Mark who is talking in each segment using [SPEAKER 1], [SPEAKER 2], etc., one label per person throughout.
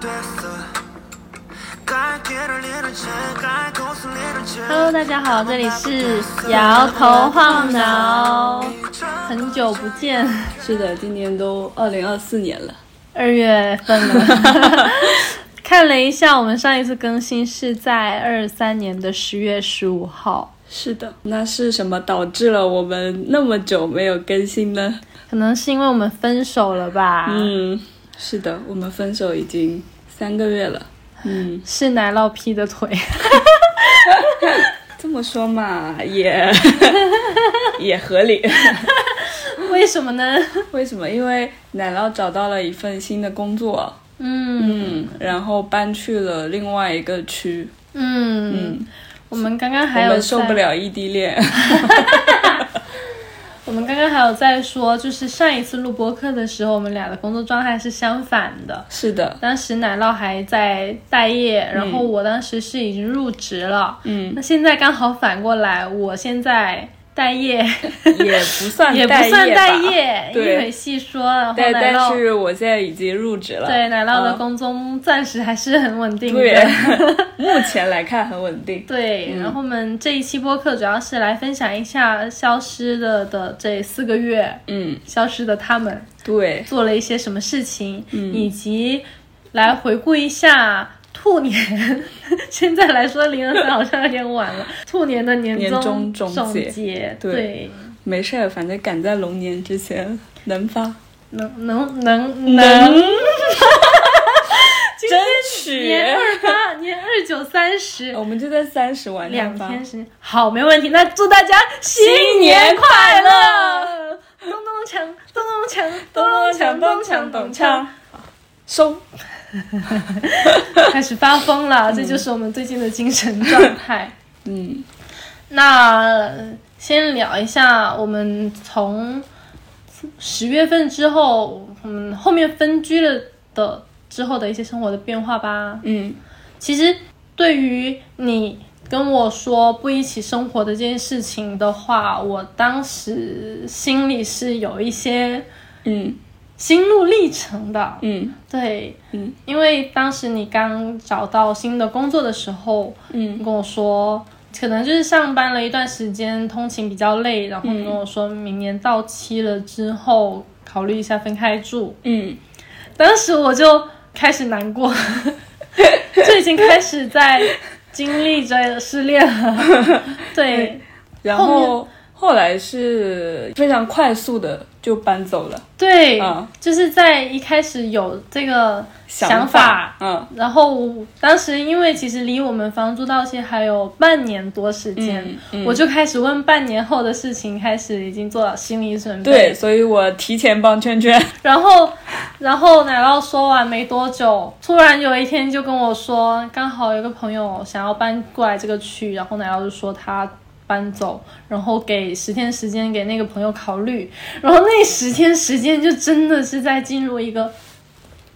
[SPEAKER 1] 对色，该贴着脸的钱，该口是脸的钱。
[SPEAKER 2] 啊
[SPEAKER 3] Hello，大家好，这里是摇头晃脑，很久不见，
[SPEAKER 2] 是的，今年都二零二四年了，
[SPEAKER 3] 二月份了。 看了一下，我们上一次更新是在二三年的十月十五号，
[SPEAKER 2] 是的，那是什么导致了我们那么久没有更新呢？
[SPEAKER 3] 可能是因为我们分手了吧？，
[SPEAKER 2] 嗯，是的，我们分手已经三个月了。嗯，
[SPEAKER 3] 是奶酪劈的腿，
[SPEAKER 2] 这么说嘛， 也也合理。
[SPEAKER 3] 为什么呢？
[SPEAKER 2] 为什么？因为奶酪找到了一份新的工作，
[SPEAKER 3] 嗯
[SPEAKER 2] 嗯，然后搬去了另外一个区，
[SPEAKER 3] 嗯，
[SPEAKER 2] 嗯，
[SPEAKER 3] 我们刚刚还
[SPEAKER 2] 我
[SPEAKER 3] 有
[SPEAKER 2] 们受
[SPEAKER 3] 在
[SPEAKER 2] 不了异地 恋。
[SPEAKER 3] 我们刚刚还有在说，就是上一次录播客的时候，我们俩的工作状态是相反的。
[SPEAKER 2] 是的，
[SPEAKER 3] 当时奶酪还在待业，然后我当时是已经入职了。
[SPEAKER 2] 嗯，
[SPEAKER 3] 那现在刚好反过来，我现在待业，
[SPEAKER 2] 也不算
[SPEAKER 3] 也不
[SPEAKER 2] 待
[SPEAKER 3] 算
[SPEAKER 2] 业
[SPEAKER 3] 待
[SPEAKER 2] 吧
[SPEAKER 3] 业，一
[SPEAKER 2] 对
[SPEAKER 3] 会细说。然后
[SPEAKER 2] 但
[SPEAKER 3] 奶
[SPEAKER 2] 但
[SPEAKER 3] 酪
[SPEAKER 2] 是我现在已经入职了，
[SPEAKER 3] 对奶酪的呃
[SPEAKER 2] 嗯
[SPEAKER 3] 工作暂时还是很稳定的。
[SPEAKER 2] 对， 嗯目前来看很稳定。
[SPEAKER 3] 对，然后我们这一期播客主要是来分享一下消失的的这四个月，
[SPEAKER 2] 嗯，
[SPEAKER 3] 消失的他们
[SPEAKER 2] 对，
[SPEAKER 3] 做了一些什么事情，
[SPEAKER 2] 嗯
[SPEAKER 3] 以及来回顾一下兔年。 现在来说，零二三好像有点晚 了。兔年的年
[SPEAKER 2] 年
[SPEAKER 3] 终
[SPEAKER 2] 终总
[SPEAKER 3] 总
[SPEAKER 2] 结
[SPEAKER 3] 结，
[SPEAKER 2] 对
[SPEAKER 3] 对，
[SPEAKER 2] 没事儿，反正赶在龙年之前能发，
[SPEAKER 3] 能能能 能，
[SPEAKER 2] 争取。
[SPEAKER 3] 年二八，年二九三十。
[SPEAKER 2] 我们就在三十晚上
[SPEAKER 3] 两
[SPEAKER 2] 发。
[SPEAKER 3] 天时间，好，没问题。那祝大家新
[SPEAKER 2] 年
[SPEAKER 3] 快
[SPEAKER 2] 快
[SPEAKER 3] 乐
[SPEAKER 2] 乐！
[SPEAKER 3] 咚咚锵，咚咚锵，咚
[SPEAKER 2] 咚
[SPEAKER 3] 咚
[SPEAKER 2] 咚
[SPEAKER 3] 锵，咚
[SPEAKER 2] 锵咚
[SPEAKER 3] 锵，
[SPEAKER 2] 锵
[SPEAKER 3] 咚
[SPEAKER 2] 咚
[SPEAKER 3] 锵
[SPEAKER 2] 锵，，收。
[SPEAKER 3] 开始发疯了，这就是我们最近的精神状 态。
[SPEAKER 2] 嗯，
[SPEAKER 3] 那呃先聊一下，我们从十月份之后，嗯，后面分居了的之后的一些生活的变化吧。
[SPEAKER 2] 嗯，
[SPEAKER 3] 其实对于你跟我说不一起生活的这件事情的话，我当时心里是有一些
[SPEAKER 2] 嗯，
[SPEAKER 3] 心路历程的。
[SPEAKER 2] 嗯，
[SPEAKER 3] 对，
[SPEAKER 2] 嗯，
[SPEAKER 3] 因为当时你刚找到新的工作的时候，
[SPEAKER 2] 嗯
[SPEAKER 3] 你跟我说。可能就是上班了一段时间，通勤比较累，然后你跟我说明年到期了之后考虑一下分开住，
[SPEAKER 2] 嗯，
[SPEAKER 3] 当时我就开始难 过，就已经开始在经历着失恋 了。
[SPEAKER 2] 嗯
[SPEAKER 3] 对
[SPEAKER 2] 然
[SPEAKER 3] 后
[SPEAKER 2] 后后来是非常快速的就搬走了，
[SPEAKER 3] 对、
[SPEAKER 2] 嗯
[SPEAKER 3] 就是在一开始有这个想
[SPEAKER 2] 法
[SPEAKER 3] 法，，
[SPEAKER 2] 嗯
[SPEAKER 3] 然后当时因为其实离我们房租到期还有半年多时间，
[SPEAKER 2] 嗯嗯
[SPEAKER 3] 我就开始问半年后的事情，开始已经做好心理准备。
[SPEAKER 2] 对，所以我提前帮圈圈，
[SPEAKER 3] 然后，然后奶酪说完没多久，突然有一天就跟我说，刚好有个朋友想要搬过来这个区，然后奶酪就说他搬走，然后给十天时间给那个朋友考虑，然后那十天时间就真的是在进入一个，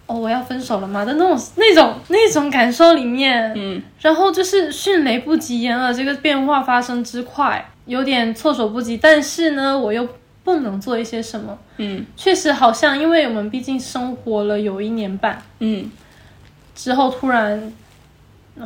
[SPEAKER 3] 哦，我要分手了吗的那种那种那种感受里面，
[SPEAKER 2] 嗯，
[SPEAKER 3] 然后就是迅雷不及掩耳，这个变化发生之快，有点措手不及，但是呢，我又不能做一些什么。
[SPEAKER 2] 嗯
[SPEAKER 3] 确实好像，因为我们毕竟生活了有一年半
[SPEAKER 2] 嗯
[SPEAKER 3] 之后，突然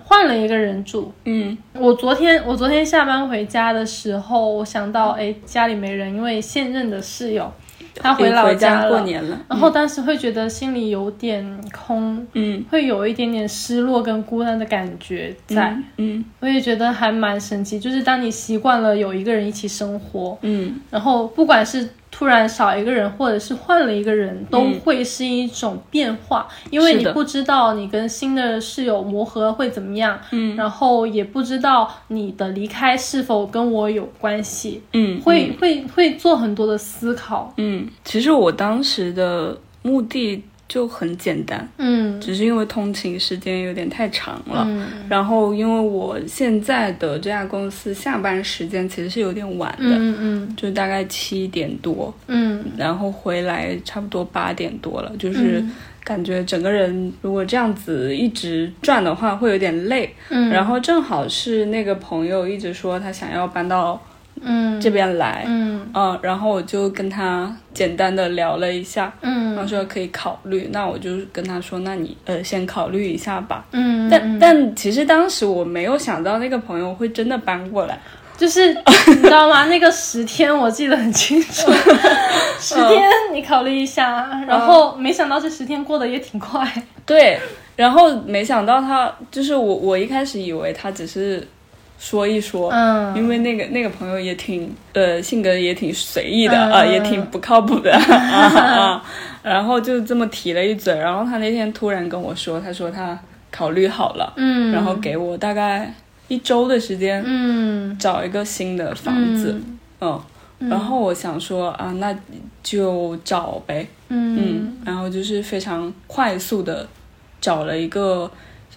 [SPEAKER 3] 换了一个人住。
[SPEAKER 2] 嗯
[SPEAKER 3] 我昨天我昨天下班回家的时候，我想到，
[SPEAKER 2] 嗯
[SPEAKER 3] 哎，家里没人，因为现任的室友他
[SPEAKER 2] 回
[SPEAKER 3] 老
[SPEAKER 2] 家
[SPEAKER 3] 了，
[SPEAKER 2] 过年嗯了，
[SPEAKER 3] 然后当时会觉得心里有点空，
[SPEAKER 2] 嗯
[SPEAKER 3] 会有一点点失落跟孤单的感觉在。
[SPEAKER 2] 嗯嗯
[SPEAKER 3] 我也觉得还蛮神奇，就是当你习惯了有一个人一起生活，
[SPEAKER 2] 嗯
[SPEAKER 3] 然后不管是突然少一个人，或者是换了一个人，都会是一种变化，因为
[SPEAKER 2] 嗯是
[SPEAKER 3] 你
[SPEAKER 2] 的
[SPEAKER 3] 不知道你跟新的室友磨合会怎么样，
[SPEAKER 2] 嗯
[SPEAKER 3] 然后也不知道你的离开是否跟我有关系，
[SPEAKER 2] 嗯，
[SPEAKER 3] 会会会做很多的思考，
[SPEAKER 2] 嗯，其实我当时的目的就很简单，
[SPEAKER 3] 嗯
[SPEAKER 2] 只是因为通勤时间有点太长了。
[SPEAKER 3] 嗯
[SPEAKER 2] 然后，因为我现在的这家公司下班时间其实是有点晚的，
[SPEAKER 3] 嗯嗯
[SPEAKER 2] 就大概七点多，
[SPEAKER 3] 嗯
[SPEAKER 2] 然后回来差不多八点多了，就是
[SPEAKER 3] 嗯
[SPEAKER 2] 感觉整个人如果这样子一直转的话，会有点累。
[SPEAKER 3] 嗯，
[SPEAKER 2] 然后正好是那个朋友一直说他想要搬到
[SPEAKER 3] 嗯
[SPEAKER 2] 这边来，
[SPEAKER 3] 嗯
[SPEAKER 2] 嗯，然后我就跟他简单的聊了一下，然后
[SPEAKER 3] 嗯
[SPEAKER 2] 说可以考虑，那我就跟他说，那你呃先考虑一下吧。
[SPEAKER 3] 嗯，
[SPEAKER 2] 但但其实当时我没有想到那个朋友会真的搬过来，
[SPEAKER 3] 就是你知 道吗？那个十天我记得很清 楚，十天你考虑一下，然后没想到这十天过得也挺快。
[SPEAKER 2] 对，然后没想到他就是我，我一开始以为他只是说一说，
[SPEAKER 3] 嗯
[SPEAKER 2] 因为那个那个朋友也挺呃性格也挺随意的
[SPEAKER 3] 嗯
[SPEAKER 2] 啊、
[SPEAKER 3] 嗯
[SPEAKER 2] 也挺不靠 谱的啊啊，然后就这么提了一嘴，然后他那天突然跟我说，他说他考虑好了，
[SPEAKER 3] 嗯，
[SPEAKER 2] 然后给我大概一周的时间
[SPEAKER 3] 嗯
[SPEAKER 2] 找一个新的房子，嗯，然后我想说啊，那就找呗，
[SPEAKER 3] 嗯
[SPEAKER 2] 嗯，然后就是非常快速的找了一个，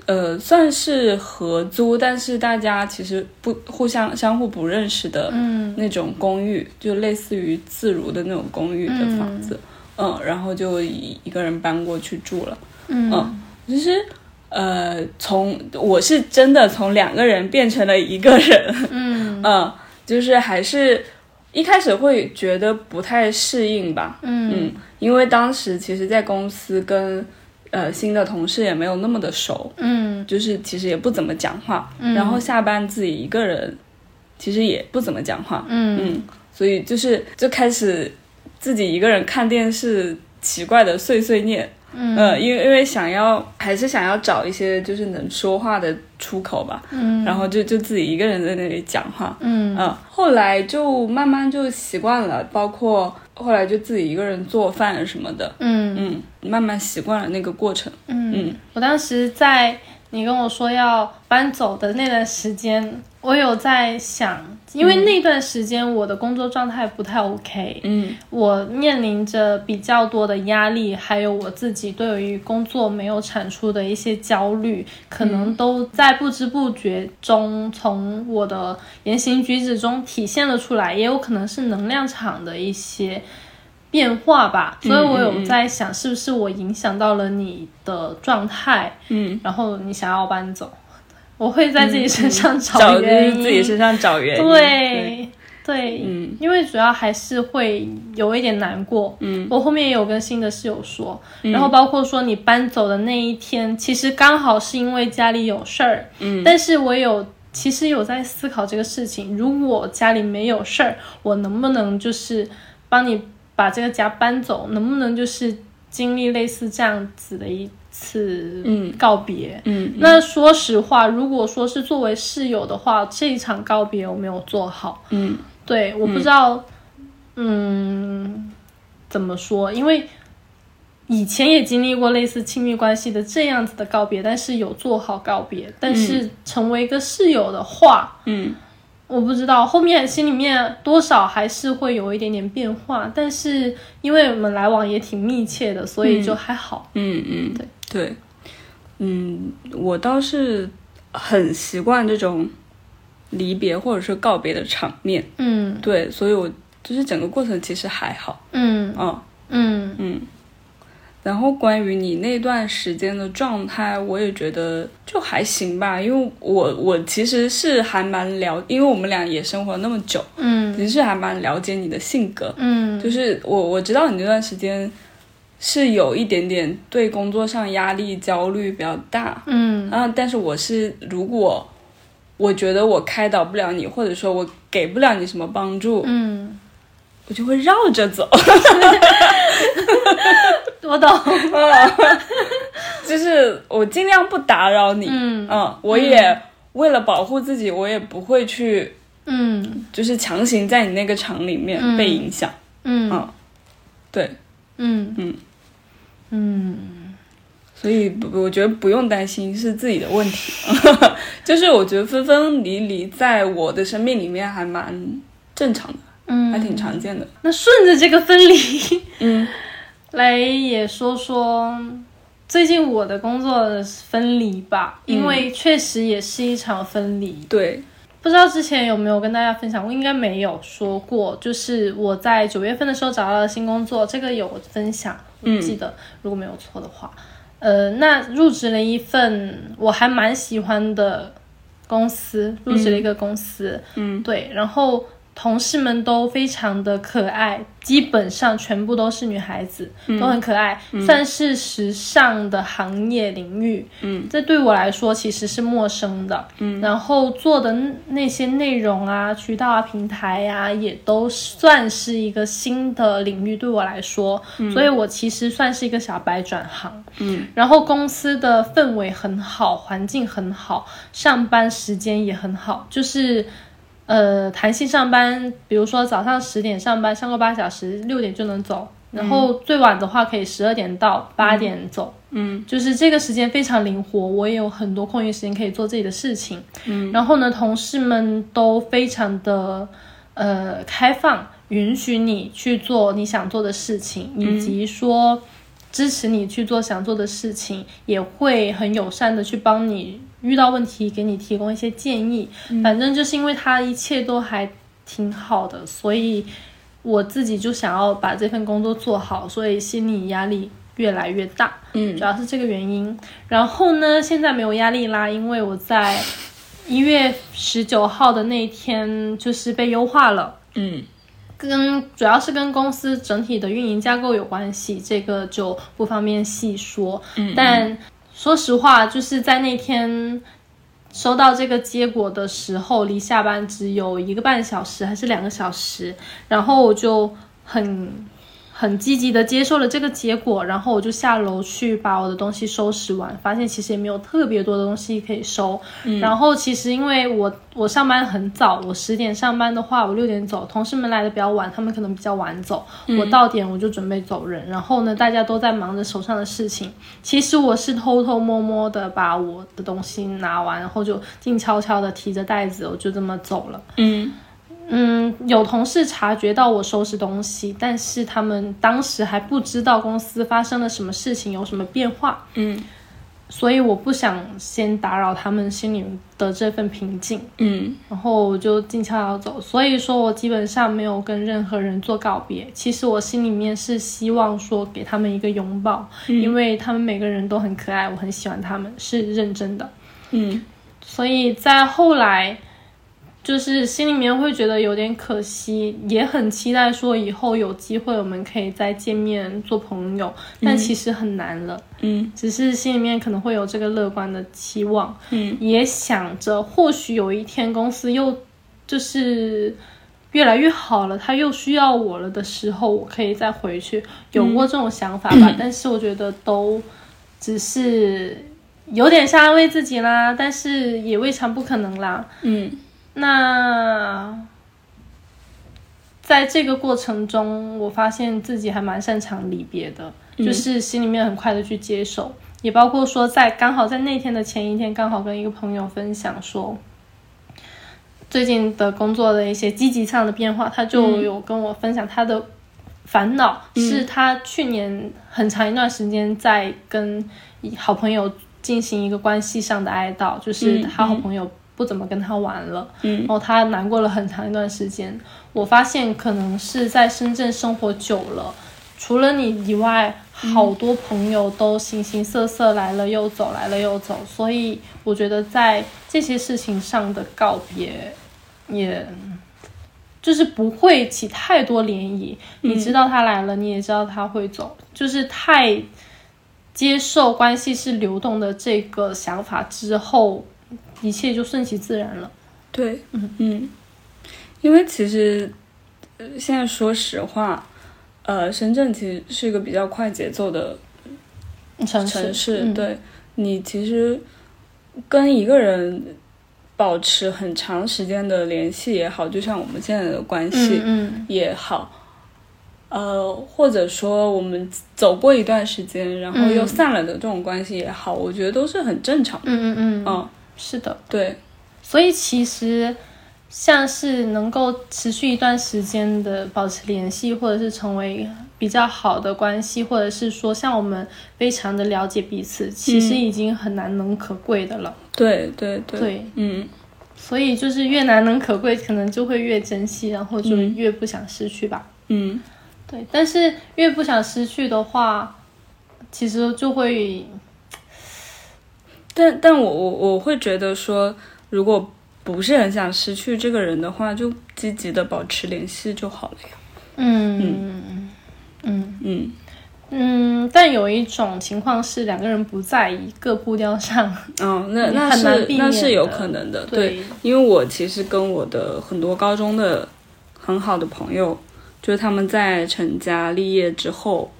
[SPEAKER 2] 呃，算是合租，但是大家其实不互相相互不认识的
[SPEAKER 3] 嗯
[SPEAKER 2] 那种公寓，就类似于自如的那种公寓的房子，嗯然后就一一个人搬过去住了。
[SPEAKER 3] 嗯
[SPEAKER 2] 嗯其实，呃，从我是真的从两个人变成了一个人，
[SPEAKER 3] 嗯
[SPEAKER 2] 嗯，就是还是一开始会觉得不太适应吧，
[SPEAKER 3] 嗯
[SPEAKER 2] 嗯，因为当时其实，在公司跟呃新的同事也没有那么的熟，
[SPEAKER 3] 嗯
[SPEAKER 2] 就是其实也不怎么讲话，
[SPEAKER 3] 嗯
[SPEAKER 2] 然后下班自己一个人，其实也不怎么讲话，
[SPEAKER 3] 嗯
[SPEAKER 2] 嗯，所以就是就开始自己一个人看电视，奇怪的碎碎念，
[SPEAKER 3] 嗯
[SPEAKER 2] 呃，因为因为想要还是想要找一些就是能说话的出口吧，
[SPEAKER 3] 嗯，
[SPEAKER 2] 然后就就自己一个人在那里讲话，
[SPEAKER 3] 嗯
[SPEAKER 2] 嗯，后来就慢慢就习惯了，包括后来就自己一个人做饭什么的，
[SPEAKER 3] 嗯
[SPEAKER 2] 嗯，慢慢习惯了那个过程。
[SPEAKER 3] 嗯
[SPEAKER 2] 嗯，
[SPEAKER 3] 我当时在你跟我说要搬走的那段时间，我有在想，因为那段时间我的工作状态不太 OK，
[SPEAKER 2] 嗯
[SPEAKER 3] 我面临着比较多的压力，还有我自己对于工作没有产出的一些焦虑，可能都在不知不觉中从我的言行举止中体现了出来，也有可能是能量场的一些变化吧。
[SPEAKER 2] 嗯
[SPEAKER 3] 所以我有在想，是不是我影响到了你的状态，
[SPEAKER 2] 嗯，
[SPEAKER 3] 然后你想要搬走，我会在自己身上
[SPEAKER 2] 找
[SPEAKER 3] 找
[SPEAKER 2] 就
[SPEAKER 3] 原
[SPEAKER 2] 是
[SPEAKER 3] 因，
[SPEAKER 2] 自己身上找原因。对，
[SPEAKER 3] 对对，
[SPEAKER 2] 嗯
[SPEAKER 3] 因为主要还是会有一点难过。
[SPEAKER 2] 嗯，
[SPEAKER 3] 我后面也有跟新的室友说，然后包括说你搬走的那一天，其实刚好是因为家里有事儿。
[SPEAKER 2] 嗯
[SPEAKER 3] 但是我有其实有在思考这个事情，如果家里没有事儿，我能不能就是帮你把这个家搬走？能不能就是经历类似这样子的一次
[SPEAKER 2] 嗯
[SPEAKER 3] 告别？
[SPEAKER 2] 嗯
[SPEAKER 3] 那说实话，如果说是作为室友的话，这一场告别我没有做好。
[SPEAKER 2] 嗯
[SPEAKER 3] 对，我不知道，嗯怎么说？因为以前也经历过类似亲密关系的这样子的告别，但是有做好告别。但是成为一个室友的话，
[SPEAKER 2] 嗯
[SPEAKER 3] 我不知道后面心里面多少还是会有一点点变化，但是因为我们来往也挺密切的，所以就还好。
[SPEAKER 2] 嗯嗯，
[SPEAKER 3] 对
[SPEAKER 2] 对，嗯，我倒是很习惯这种离别或者是告别的场面。
[SPEAKER 3] 嗯
[SPEAKER 2] 对，所以我就是整个过程其实还好。
[SPEAKER 3] 嗯
[SPEAKER 2] 嗯。
[SPEAKER 3] 嗯
[SPEAKER 2] 嗯，然后关于你那段时间的状态，我也觉得就还行吧，因为我我其实是还蛮了，因为我们俩也生活了那么久，
[SPEAKER 3] 嗯
[SPEAKER 2] 其实是还蛮了解你的性格，
[SPEAKER 3] 嗯
[SPEAKER 2] 就是我我知道你那段时间是有一点点对工作上压力焦虑比较大，
[SPEAKER 3] 嗯
[SPEAKER 2] 啊，但是我是如果我觉得我开导不了你，或者说我给不了你什么帮助，
[SPEAKER 3] 嗯。
[SPEAKER 2] 我就会绕着走。
[SPEAKER 3] 我懂，
[SPEAKER 2] 就是我尽量不打扰你，
[SPEAKER 3] 嗯
[SPEAKER 2] 我也为了保护自己，我也不会去
[SPEAKER 3] 嗯
[SPEAKER 2] 就是强行在你那个场里面
[SPEAKER 3] 嗯
[SPEAKER 2] 被影响，
[SPEAKER 3] 嗯
[SPEAKER 2] 嗯，对，
[SPEAKER 3] 嗯
[SPEAKER 2] 嗯，
[SPEAKER 3] 嗯
[SPEAKER 2] 所以不我觉得不用担心是自己的问题， 就是我觉得分分离离在我的生命里面还蛮正常的，还
[SPEAKER 3] 嗯。
[SPEAKER 2] 挺常见的，
[SPEAKER 3] 那顺着这个分离
[SPEAKER 2] 嗯
[SPEAKER 3] 来也说说最近我的工作的分离吧，因为确实也是一场分离。
[SPEAKER 2] 对，
[SPEAKER 3] 不知道之前有没有跟大家分享过，应该没有说过。就是我在九月份的时候找到了新工作，这个有分享，我记得、如果没有错的话。呃，那入职了一份我还蛮喜欢的公司，入职了一个公司，
[SPEAKER 2] 嗯
[SPEAKER 3] 对，然后同事们都非常的可爱，基本上全部都是女孩子，都很可爱，算是时尚的行业领域。嗯，这对我来说其实是陌生的。嗯，然后做的那些内容啊、渠道啊、平台呀、也都算是一个新的领域对我来说，所以我其实算是一个小白转行。然后公司的氛围很好，环境很好，上班时间也很好，就是呃弹性上班，比如说早上十点上班，上个八小时，六点就能走，然后最晚的话可以十二点到八点走。嗯，就是这个时间非常灵活，我也有很多空余时间可以做自己的事情。嗯，然后呢，同事们都非常的呃开放，允许你去做你想做的事情，以及说。支持你去做想做的事情，也会很友善的去帮你遇到问题，给你提供一些建议。反正就是因为他一切都还挺好的，所以我自己就想要把这份工作做好，所以心理压力越来越大。嗯，主要是这个原因。然后呢，现在没有压力啦，因为我在一月十九号的那一天就是被优化了。
[SPEAKER 2] 嗯，
[SPEAKER 3] 跟主要是跟公司整体的运营架构有关系，这个就不方便细说。但说实话，就是在那天收到这个结果的时候，离下班只有一个半小时还是两个小时，然后我就很很积极的接受了这个结果，然后我就下楼去把我的东西收拾完，发现其实也没有特别多的东西可以收。然后其实因为我我上班很早，我十点上班的话，我六点走，同事们来的比较晚，他们可能比较晚走，我到点我就准备走人。然后呢，大家都在忙着手上的事情，其实我是偷偷摸摸的把我的东西拿完，然后就静悄悄的提着袋子，我就这么走了。
[SPEAKER 2] 嗯
[SPEAKER 3] 嗯，有同事察觉到我收拾东西，但是他们当时还不知道公司发生了什么事情，有什么变化。
[SPEAKER 2] 嗯，
[SPEAKER 3] 所以我不想先打扰他们心里的这份平静，
[SPEAKER 2] 嗯
[SPEAKER 3] 然后我就静悄悄走。所以说我基本上没有跟任何人做告别。其实我心里面是希望说给他们一个拥抱，因为他们每个人都很可爱，我很喜欢他们，是认真的。
[SPEAKER 2] 嗯
[SPEAKER 3] 所以在后来，就是心里面会觉得有点可惜，也很期待说以后有机会我们可以再见面做朋友，但其实很难了。
[SPEAKER 2] 嗯
[SPEAKER 3] 只是心里面可能会有这个乐观的期望，
[SPEAKER 2] 嗯，
[SPEAKER 3] 也想着或许有一天公司又就是越来越好了，他又需要我了的时候，我可以再回去，有过这种想法吧，但是我觉得都只是有点像安慰自己啦，但是也未尝不可能啦。
[SPEAKER 2] 嗯
[SPEAKER 3] 那在这个过程中，我发现自己还蛮擅长离别的，就是心里面很快的去接受，也包括说在刚好在那天的前一天，刚好跟一个朋友分享说。最近的工作的一些积极上的变化，他就有跟我分享他的烦恼，是他去年很长一段时间在跟好朋友进行一个关系上的哀悼，就是他好朋友不怎么跟他玩了，然后他难过了很长一段时间。我发现可能是在深圳生活久了，除了你以外，好多朋友都形形色色来了又走，来了又走，所以我觉得在这些事情上的告别，也就是不会起太多涟漪。你知道他来了，你也知道他会走，就是太接受关系是流动的这个想法之后，一切就顺其自然了。
[SPEAKER 2] 对，嗯，因为其实呃现在说实话，呃，深圳其实是一个比较快节奏的
[SPEAKER 3] 城市，
[SPEAKER 2] 城市，
[SPEAKER 3] 嗯、
[SPEAKER 2] 对你其实跟一个人保持很长时间的联系也好，就像我们现在的关系
[SPEAKER 3] 嗯
[SPEAKER 2] 也好，呃，或者说我们走过一段时间，然后又
[SPEAKER 3] 嗯
[SPEAKER 2] 散了的这种关系也好，我觉得都是很正常
[SPEAKER 3] 嗯
[SPEAKER 2] 的。
[SPEAKER 3] 嗯嗯嗯，
[SPEAKER 2] 嗯，
[SPEAKER 3] 是的。
[SPEAKER 2] 对，
[SPEAKER 3] 所以其实像是能够持续一段时间的保持联系，或者是成为比较好的关系，或者是说像我们非常的了解彼此，其实已经很难能可贵的了。
[SPEAKER 2] 对，对，对，
[SPEAKER 3] 对，
[SPEAKER 2] 嗯，
[SPEAKER 3] 所以就是越难能可贵，可能就会越珍惜，然后就
[SPEAKER 2] 嗯
[SPEAKER 3] 越不想失去吧。
[SPEAKER 2] 嗯，
[SPEAKER 3] 对，但是越不想失去的话，其实就会
[SPEAKER 2] 但但我我我会觉得说，如果不是很想失去这个人的话，就积极的保持联系就好了呀。
[SPEAKER 3] 嗯嗯
[SPEAKER 2] 嗯，
[SPEAKER 3] 嗯，但有一种情况是两个人不在一个步调上，
[SPEAKER 2] 哦，那
[SPEAKER 3] 你
[SPEAKER 2] 那
[SPEAKER 3] 嗯很难
[SPEAKER 2] 是
[SPEAKER 3] 避
[SPEAKER 2] 那
[SPEAKER 3] 免
[SPEAKER 2] 是有
[SPEAKER 3] 的
[SPEAKER 2] 可能的，对，
[SPEAKER 3] 对，
[SPEAKER 2] 因为我其实跟我的很多高中的很好的朋友，就是他们在成家立业之后，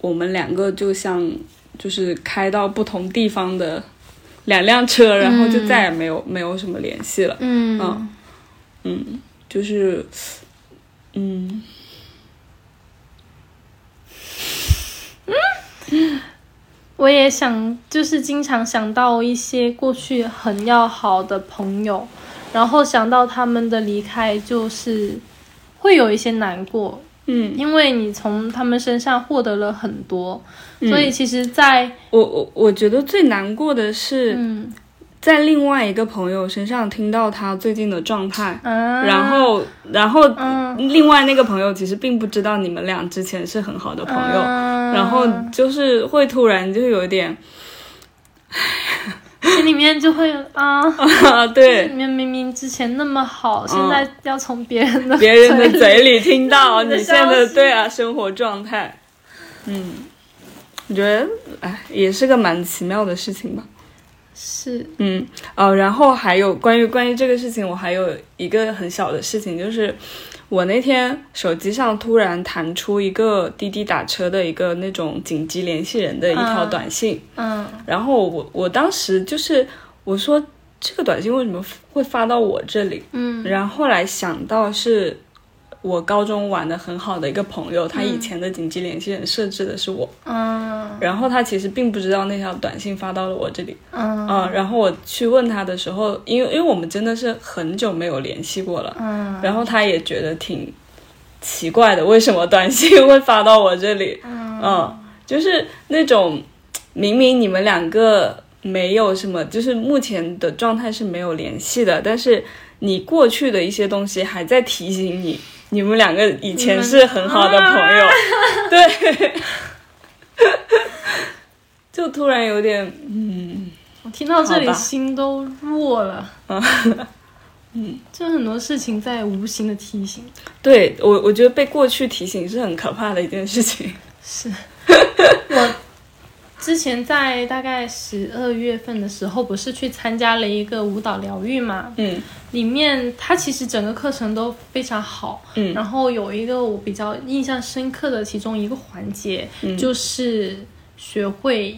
[SPEAKER 2] 我们两个就像就是开到不同地方的两辆车，然后就再也没有、没有什么联系了。
[SPEAKER 3] 嗯
[SPEAKER 2] 嗯嗯，就是嗯，
[SPEAKER 3] 我也想，就是经常想到一些过去很要好的朋友，然后想到他们的离开，就是会有一些难过，
[SPEAKER 2] 嗯，
[SPEAKER 3] 因为你从他们身上获得了很多，
[SPEAKER 2] 嗯
[SPEAKER 3] 所以其实在，
[SPEAKER 2] 我我我觉得最难过的是
[SPEAKER 3] 嗯
[SPEAKER 2] 在另外一个朋友身上听到他最近的状态，
[SPEAKER 3] 啊，
[SPEAKER 2] 然后然后
[SPEAKER 3] 嗯
[SPEAKER 2] 另外那个朋友其实并不知道你们俩之前是很好的朋友，
[SPEAKER 3] 啊
[SPEAKER 2] 然后就是会突然就有一点，
[SPEAKER 3] 心里面就会啊，
[SPEAKER 2] 啊，
[SPEAKER 3] 里
[SPEAKER 2] 对，嗯
[SPEAKER 3] 面明明之前那么好，现在要从别人的
[SPEAKER 2] 别人的
[SPEAKER 3] 里
[SPEAKER 2] 嘴里 听到
[SPEAKER 3] 你的
[SPEAKER 2] 你现在
[SPEAKER 3] 消
[SPEAKER 2] 的
[SPEAKER 3] 息
[SPEAKER 2] 对啊生活状态，嗯，我觉得哎也是个蛮奇妙的事情吧，
[SPEAKER 3] 是
[SPEAKER 2] 嗯，哦，然后还有关于关于这个事情，我还有一个很小的事情，就是我那天手机上突然弹出一个滴滴打车的一个那种紧急联系人的一条
[SPEAKER 3] 嗯
[SPEAKER 2] 短信，
[SPEAKER 3] 嗯
[SPEAKER 2] 然后我我当时就是我说这个短信为什么会发到我这里？
[SPEAKER 3] 嗯
[SPEAKER 2] 然后后来想到是我高中玩的很好的一个朋友，他以前的紧急联系人设置的是我，
[SPEAKER 3] 嗯
[SPEAKER 2] 然后他其实并不知道那条短信发到了我这里，
[SPEAKER 3] 嗯
[SPEAKER 2] 啊，然后我去问他的时候，因为因为我们真的是很久没有联系过了，
[SPEAKER 3] 嗯
[SPEAKER 2] 然后他也觉得挺奇怪的，为什么短信会发到我这里？嗯，就是那种明明你们两个没有什么，就是目前的状态是没有联系的，但是你过去的一些东西还在提醒你，你们两个以前是很好的朋友，
[SPEAKER 3] 嗯
[SPEAKER 2] 对， 就突然有点嗯。
[SPEAKER 3] 我听到这
[SPEAKER 2] 好
[SPEAKER 3] 里
[SPEAKER 2] 吧
[SPEAKER 3] 心都弱了。嗯，就很多事情在无形的提醒。
[SPEAKER 2] 对我，我觉得被过去提醒是很可怕的一件事情。
[SPEAKER 3] 是我之前在大概十二月份的时候，不是去参加了一个舞蹈疗愈嘛？
[SPEAKER 2] 嗯
[SPEAKER 3] 里面它其实整个课程都非常好。
[SPEAKER 2] 嗯
[SPEAKER 3] 然后有一个我比较印象深刻的其中一个环节，
[SPEAKER 2] 嗯
[SPEAKER 3] 就是学会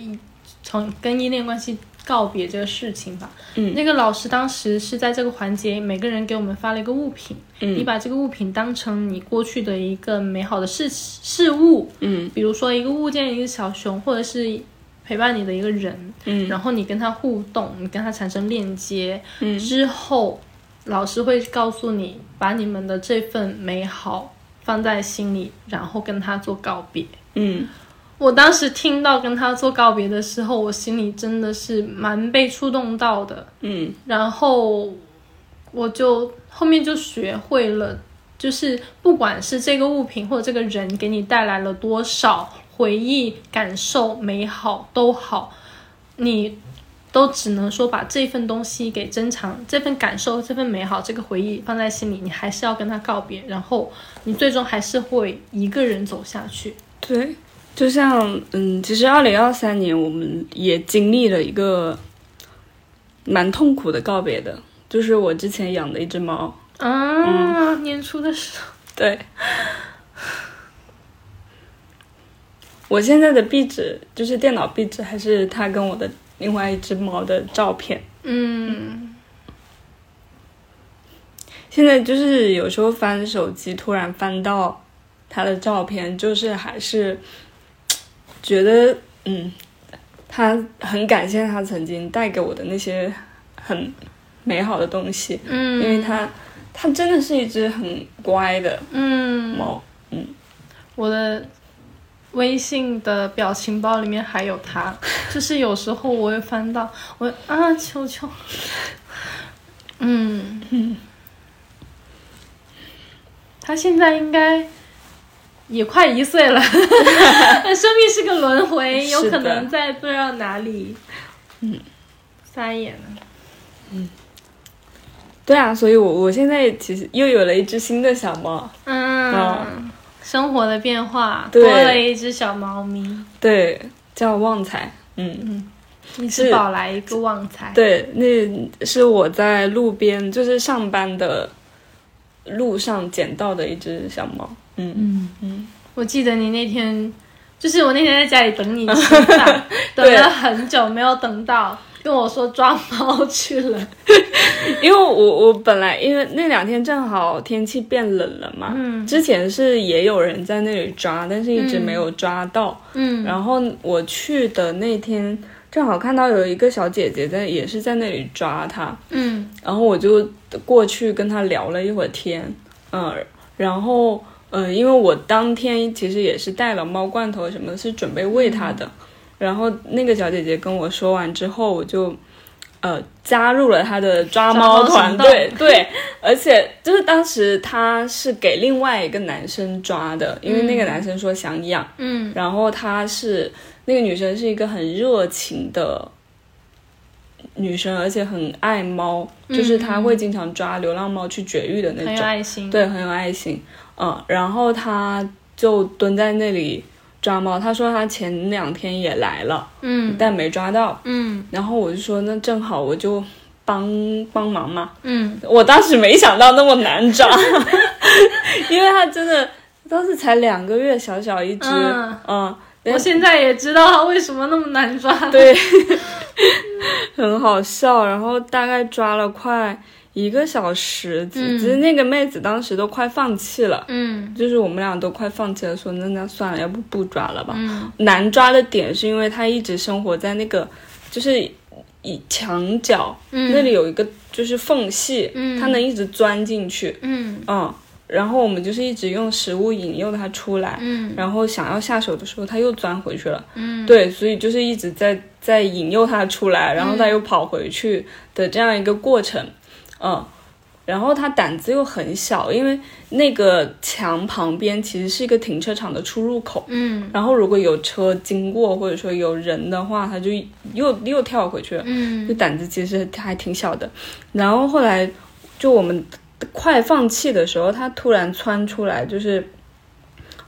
[SPEAKER 3] 从跟依恋关系告别这个事情吧。
[SPEAKER 2] 嗯
[SPEAKER 3] 那个老师当时是在这个环节，每个人给我们发了一个物品，你
[SPEAKER 2] 嗯
[SPEAKER 3] 把这个物品当成你过去的一个美好的事事物，
[SPEAKER 2] 嗯
[SPEAKER 3] 比如说一个物件、一个小熊，或者是陪伴你的一个人，
[SPEAKER 2] 嗯
[SPEAKER 3] 然后你跟他互动，你跟他产生链接，
[SPEAKER 2] 嗯
[SPEAKER 3] 之后，老师会告诉你，把你们的这份美好放在心里，然后跟他做告别。
[SPEAKER 2] 嗯
[SPEAKER 3] 我当时听到跟他做告别的时候，我心里真的是蛮被触动到的。
[SPEAKER 2] 嗯
[SPEAKER 3] 然后我就后面就学会了，就是不管是这个物品或者这个人给你带来了多少回忆、感受、美好都好，你都只能说把这份东西给珍藏，这份感受、这份美好、这个回忆放在心里，你还是要跟他告别，然后你最终还是会一个人走下去。
[SPEAKER 2] 对，就像嗯，其实二零二三年我们也经历了一个蛮痛苦的告别的，就是我之前养的一只猫，
[SPEAKER 3] 啊，
[SPEAKER 2] 嗯
[SPEAKER 3] 年初的时候，
[SPEAKER 2] 对。 我现在的壁纸就是电脑壁纸，还是它跟我的另外一只猫的照片。
[SPEAKER 3] 嗯
[SPEAKER 2] 现在就是有时候翻手机，突然翻到他的照片，就是还是觉得，嗯，他很感谢他曾经带给我的那些很美好的东西，
[SPEAKER 3] 嗯，
[SPEAKER 2] 因为他他真的是一只很乖的
[SPEAKER 3] 嗯。
[SPEAKER 2] 猫，
[SPEAKER 3] 我的微信的表情包里面还有 它，就是有时候我会翻到，我啊，球球， 嗯，他现在应该也快一岁 了，生命是个轮回，有
[SPEAKER 2] 是的
[SPEAKER 3] 可能在不知道哪里，嗯，撒野呢，
[SPEAKER 2] 对啊，所以我我现在其实又有了一只新的小猫，啊
[SPEAKER 3] 嗯，生活的变化，
[SPEAKER 2] 对
[SPEAKER 3] 多了一只小猫咪，
[SPEAKER 2] 对，叫旺财，嗯。
[SPEAKER 3] 一只宝来，一个旺财。
[SPEAKER 2] 对，那是我在路边，就是上班的路上捡到的一只小猫。嗯，
[SPEAKER 3] 我记得你那天，就是我那天在家里等你吃饭，等了很久没有等到，跟我说抓猫去了。
[SPEAKER 2] 因为我我本来因为那两天正好天气变冷了嘛，
[SPEAKER 3] 嗯
[SPEAKER 2] 之前是也有人在那里抓，但是一直
[SPEAKER 3] 嗯
[SPEAKER 2] 没有抓到。
[SPEAKER 3] 嗯，
[SPEAKER 2] 然后我去的那天正好看到有一个小姐姐在，也是在那里抓它，
[SPEAKER 3] 嗯
[SPEAKER 2] 然后我就过去跟他聊了一会儿天，嗯，然后呃，因为我当天其实也是带了猫罐头什么的，是准备喂它的。然后那个小姐姐跟我说完之后，我就呃加入了她的抓猫团队， 对，而且就是当时她是给另外一个男生抓的，因为那个男生说想养，
[SPEAKER 3] 嗯
[SPEAKER 2] 然后她是那个女生是一个很热情的女生，而且很爱猫，
[SPEAKER 3] 嗯
[SPEAKER 2] 就是她会经常抓流浪猫去绝育的那
[SPEAKER 3] 很有
[SPEAKER 2] 种，
[SPEAKER 3] 爱心。
[SPEAKER 2] 对，很有爱心。嗯，然后她就蹲在那里抓猫。她说她前两天也来了，
[SPEAKER 3] 嗯
[SPEAKER 2] 但没抓到。
[SPEAKER 3] 嗯
[SPEAKER 2] 然后我就说那正好我就帮帮忙嘛，
[SPEAKER 3] 嗯
[SPEAKER 2] 我当时没想到那么 难抓，因为它真的当时才两个月，小小一只，
[SPEAKER 3] 嗯
[SPEAKER 2] 嗯，但
[SPEAKER 3] 我现在也知道它为什么那么难抓。
[SPEAKER 2] 对，很好笑。然后大概抓了快一个小时，其
[SPEAKER 3] 嗯
[SPEAKER 2] 其实那个妹子当时都快放弃了，
[SPEAKER 3] 嗯
[SPEAKER 2] 就是我们俩都快放弃了，说那那算了，要不不抓了吧。
[SPEAKER 3] 嗯
[SPEAKER 2] 难抓的点是因为它一直生活在那个就是以墙角、
[SPEAKER 3] 嗯
[SPEAKER 2] 那里有一个就是缝隙，
[SPEAKER 3] 嗯
[SPEAKER 2] 它能一直钻进去。
[SPEAKER 3] 嗯
[SPEAKER 2] 嗯，然后我们就是一直用食物引诱它出来，
[SPEAKER 3] 嗯
[SPEAKER 2] 然后想要下手的时候，它又钻回去了。
[SPEAKER 3] 嗯，
[SPEAKER 2] 对，所以就是一直在在引诱它出来，然后
[SPEAKER 3] 嗯
[SPEAKER 2] 它又跑回去的这样一个过程。嗯，然后它胆子又很小，因为那个墙旁边其实是一个停车场的出入口。
[SPEAKER 3] 嗯
[SPEAKER 2] 然后如果有车经过，或者说有人的话，它就又又跳回去了。就
[SPEAKER 3] 嗯
[SPEAKER 2] 胆子其实还挺小的。然后后来就我们快放弃的时候，它突然窜出来，就是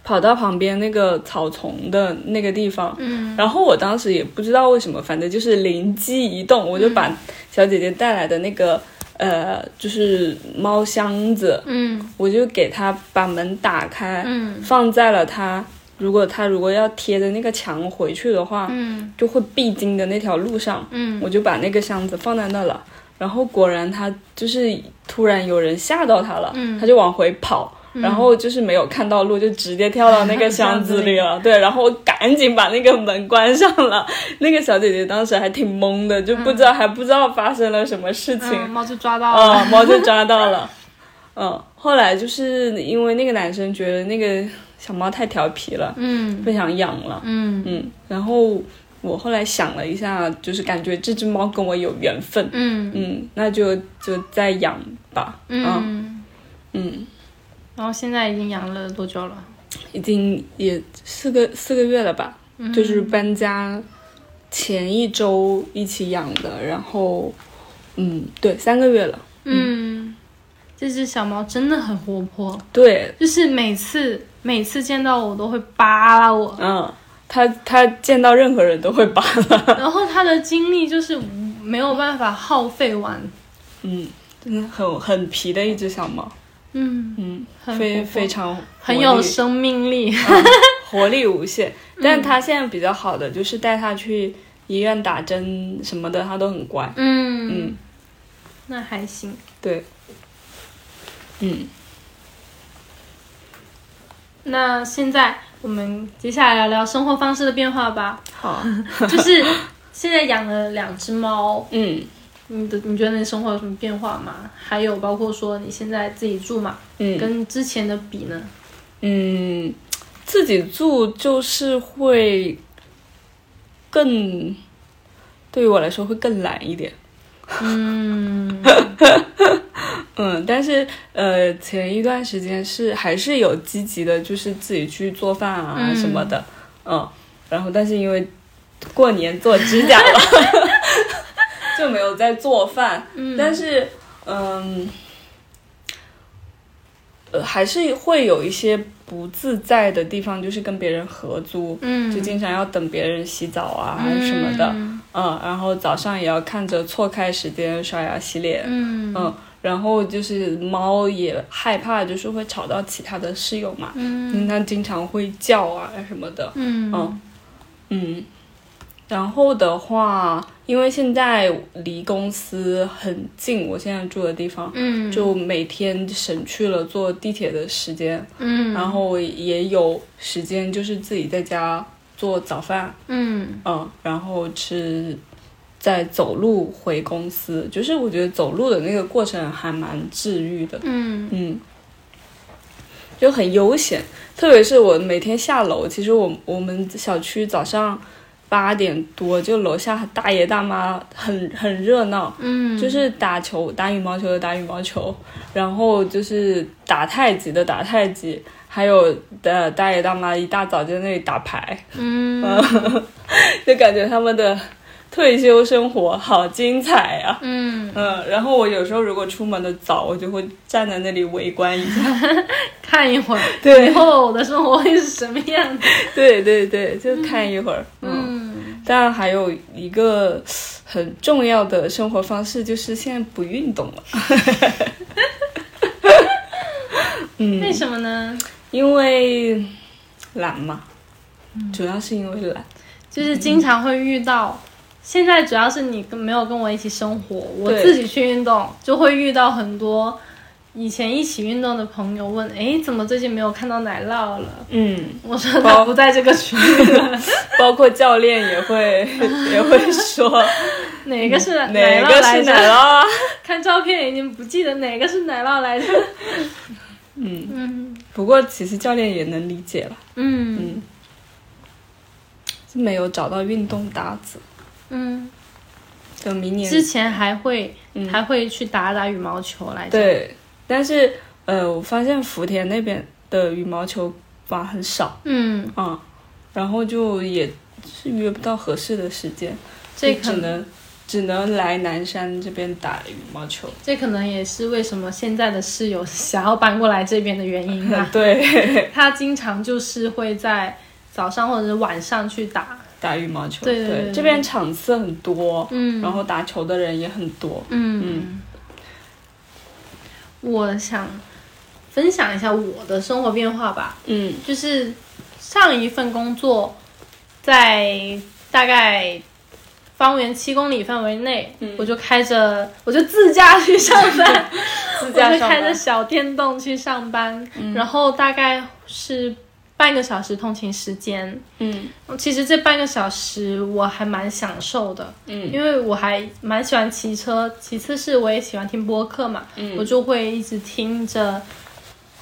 [SPEAKER 2] 跑到旁边那个草丛的那个地方。
[SPEAKER 3] 嗯
[SPEAKER 2] 然后我当时也不知道为什么，反正就是灵机一动，我就
[SPEAKER 3] 嗯
[SPEAKER 2] 把小姐姐带来的那个呃，就是猫箱子，
[SPEAKER 3] 嗯
[SPEAKER 2] 我就给它把门打开，
[SPEAKER 3] 嗯
[SPEAKER 2] 放在了它。如果它如果要贴着那个墙回去的话，
[SPEAKER 3] 嗯
[SPEAKER 2] 就会必经的那条路上，
[SPEAKER 3] 嗯
[SPEAKER 2] 我就把那个箱子放在那了，然后果然他就是突然有人吓到他了，
[SPEAKER 3] 嗯
[SPEAKER 2] 他就往回跑。然后就是没有看到路，就直接 跳到那个箱子里了。对，然后我赶紧把那个门关上了。那个小姐姐当时还挺懵的，就不知道、还不知道发生了什么事情。
[SPEAKER 3] 嗯，猫就抓到了。
[SPEAKER 2] 啊，猫就抓到了。嗯，后来就是因为那个男生觉得那个小猫太调皮了，
[SPEAKER 3] 嗯
[SPEAKER 2] 不想养了，
[SPEAKER 3] 嗯
[SPEAKER 2] 嗯，然后我后来想了一下，就是感觉这只猫跟我有缘分，
[SPEAKER 3] 嗯
[SPEAKER 2] 嗯，那就就再养吧，嗯
[SPEAKER 3] 嗯。
[SPEAKER 2] 嗯，
[SPEAKER 3] 然后现在已经养了多久了？
[SPEAKER 2] 已经也四个四个月了吧，
[SPEAKER 3] 嗯
[SPEAKER 2] 就是搬家前一周一起养的，然后嗯，对，三个月了，
[SPEAKER 3] 嗯，这只小猫真的很活泼，
[SPEAKER 2] 对，
[SPEAKER 3] 就是每次每次见到我都会扒拉我，
[SPEAKER 2] 嗯，它它见到任何人都会扒拉，
[SPEAKER 3] 然后它的精力就是没有办法耗费完。
[SPEAKER 2] 嗯，真的很很皮的一只小猫，
[SPEAKER 3] 嗯，
[SPEAKER 2] 嗯，
[SPEAKER 3] 很活
[SPEAKER 2] 非
[SPEAKER 3] 泼
[SPEAKER 2] 非常
[SPEAKER 3] 很
[SPEAKER 2] 活
[SPEAKER 3] 有
[SPEAKER 2] 力
[SPEAKER 3] 生命力。
[SPEAKER 2] 活力无限。但他现在比较好的就是带他去医院打针什么的，他都很 乖。
[SPEAKER 3] 嗯，
[SPEAKER 2] 嗯，
[SPEAKER 3] 那还行。
[SPEAKER 2] 对，嗯，
[SPEAKER 3] 那现在我们接下来聊聊生活方式的变化吧，
[SPEAKER 2] 好，
[SPEAKER 3] 就是现在养了两只猫，
[SPEAKER 2] 嗯
[SPEAKER 3] 你的你觉得你生活有什么变化吗？还有包括说你现在自己住嘛，
[SPEAKER 2] 嗯
[SPEAKER 3] 跟之前的比呢？
[SPEAKER 2] 嗯，自己住就是会更，对于我来说会更懒一点。
[SPEAKER 3] 嗯
[SPEAKER 2] 嗯，但是呃，前一段时间是还是有积极的，就是自己去做饭啊
[SPEAKER 3] 嗯
[SPEAKER 2] 什么的，嗯，然后但是因为过
[SPEAKER 3] 嗯
[SPEAKER 2] 年做指甲了，就没有在做饭，但是嗯，呃，还是会有一些不自在的地方，就是跟别人合租，
[SPEAKER 3] 嗯
[SPEAKER 2] 就经常要等别人洗澡啊什么的，嗯然后早上也要看着错开时间刷牙洗脸，
[SPEAKER 3] 嗯
[SPEAKER 2] 嗯，然后就是猫也害怕，就是会吵到其他的室友嘛，嗯，它经常会叫啊什么的，
[SPEAKER 3] 嗯
[SPEAKER 2] 嗯嗯，然后的话，因为现在离公司很近，我现在住的地方，
[SPEAKER 3] 嗯
[SPEAKER 2] 就每天省去了坐地铁的时间，
[SPEAKER 3] 嗯
[SPEAKER 2] 然后也有时间就是自己在家做早饭，
[SPEAKER 3] 嗯
[SPEAKER 2] 嗯，然后吃，再走路回公司，就是我觉得走路的那个过程还蛮治愈的，
[SPEAKER 3] 嗯
[SPEAKER 2] 嗯，就很悠闲。特别是我每天下楼，其实我我们小区早上八点多，就楼下大爷大妈很很热闹，
[SPEAKER 3] 嗯，
[SPEAKER 2] 就是打球、打羽毛球的打羽毛球，然后就是打太极的打太极，还有的大爷大妈一大早就在那里打牌，
[SPEAKER 3] 嗯
[SPEAKER 2] 就感觉他们的退休生活好精彩啊！
[SPEAKER 3] 嗯，
[SPEAKER 2] 嗯，然后我有时候如果出门的早，我就会站在那里围观一下。
[SPEAKER 3] 看一会儿，
[SPEAKER 2] 对
[SPEAKER 3] 以后我的生活会是什么样的？
[SPEAKER 2] 对对对，就看一会儿。
[SPEAKER 3] 嗯
[SPEAKER 2] 嗯，当然还有一个很重要的生活方式就是现在不运动了，
[SPEAKER 3] 为什么呢？
[SPEAKER 2] 因为懒嘛，
[SPEAKER 3] 嗯
[SPEAKER 2] 主要是因为懒。
[SPEAKER 3] 就是经常会遇到。现在主要是你跟没有跟我一起生活，我
[SPEAKER 2] 对
[SPEAKER 3] 自己去运动就会遇到很多以前一起运动的朋友问：“哎，怎么最近没有看到奶酪了
[SPEAKER 2] 嗯？”，
[SPEAKER 3] 我说他不在这个群里了。
[SPEAKER 2] 包括教练也会 也会说
[SPEAKER 3] 嗯哪个是
[SPEAKER 2] 哪
[SPEAKER 3] 奶酪
[SPEAKER 2] 个
[SPEAKER 3] 来
[SPEAKER 2] 是
[SPEAKER 3] 着？
[SPEAKER 2] 奶酪啊，
[SPEAKER 3] 看照片已经不记得哪个是奶酪来着。嗯
[SPEAKER 2] 不过其实教练也能理解了，
[SPEAKER 3] 嗯
[SPEAKER 2] 是没有找到运动搭子。
[SPEAKER 3] 嗯，
[SPEAKER 2] 等明年
[SPEAKER 3] 之前还会、
[SPEAKER 2] 嗯
[SPEAKER 3] 还会去打打羽毛球来着。，
[SPEAKER 2] 对，但是呃，我发现福田那边的羽毛球馆很少。
[SPEAKER 3] 嗯，
[SPEAKER 2] 嗯，然后就也是约不到合适的时间，
[SPEAKER 3] 这
[SPEAKER 2] 就
[SPEAKER 3] 可
[SPEAKER 2] 只能只能来南山这边打羽毛球。。
[SPEAKER 3] 这可能也是为什么现在的室友想要搬过来这边的原因吧
[SPEAKER 2] 对，
[SPEAKER 3] 他经常就是会在早上或者是晚上去打。
[SPEAKER 2] 打羽毛球，
[SPEAKER 3] 对对对对
[SPEAKER 2] 这边场次很多，
[SPEAKER 3] 嗯
[SPEAKER 2] 然后打球的人也很多。
[SPEAKER 3] 嗯，我想分享一下我的生活变化吧。
[SPEAKER 2] 嗯
[SPEAKER 3] 就是上一份工作，在大概方圆七公里范围内，
[SPEAKER 2] 嗯
[SPEAKER 3] 我就开着，我就自驾去上班，
[SPEAKER 2] 自驾
[SPEAKER 3] 我就
[SPEAKER 2] 上
[SPEAKER 3] 开着
[SPEAKER 2] 班，嗯
[SPEAKER 3] 小电动去上班，然后大概是半个小时通勤时间。
[SPEAKER 2] 嗯
[SPEAKER 3] 其实这半个小时我还蛮享受的，
[SPEAKER 2] 嗯
[SPEAKER 3] 因为我还蛮喜欢骑车，其次是我也喜欢听播客嘛，
[SPEAKER 2] 嗯
[SPEAKER 3] 我就会一直听着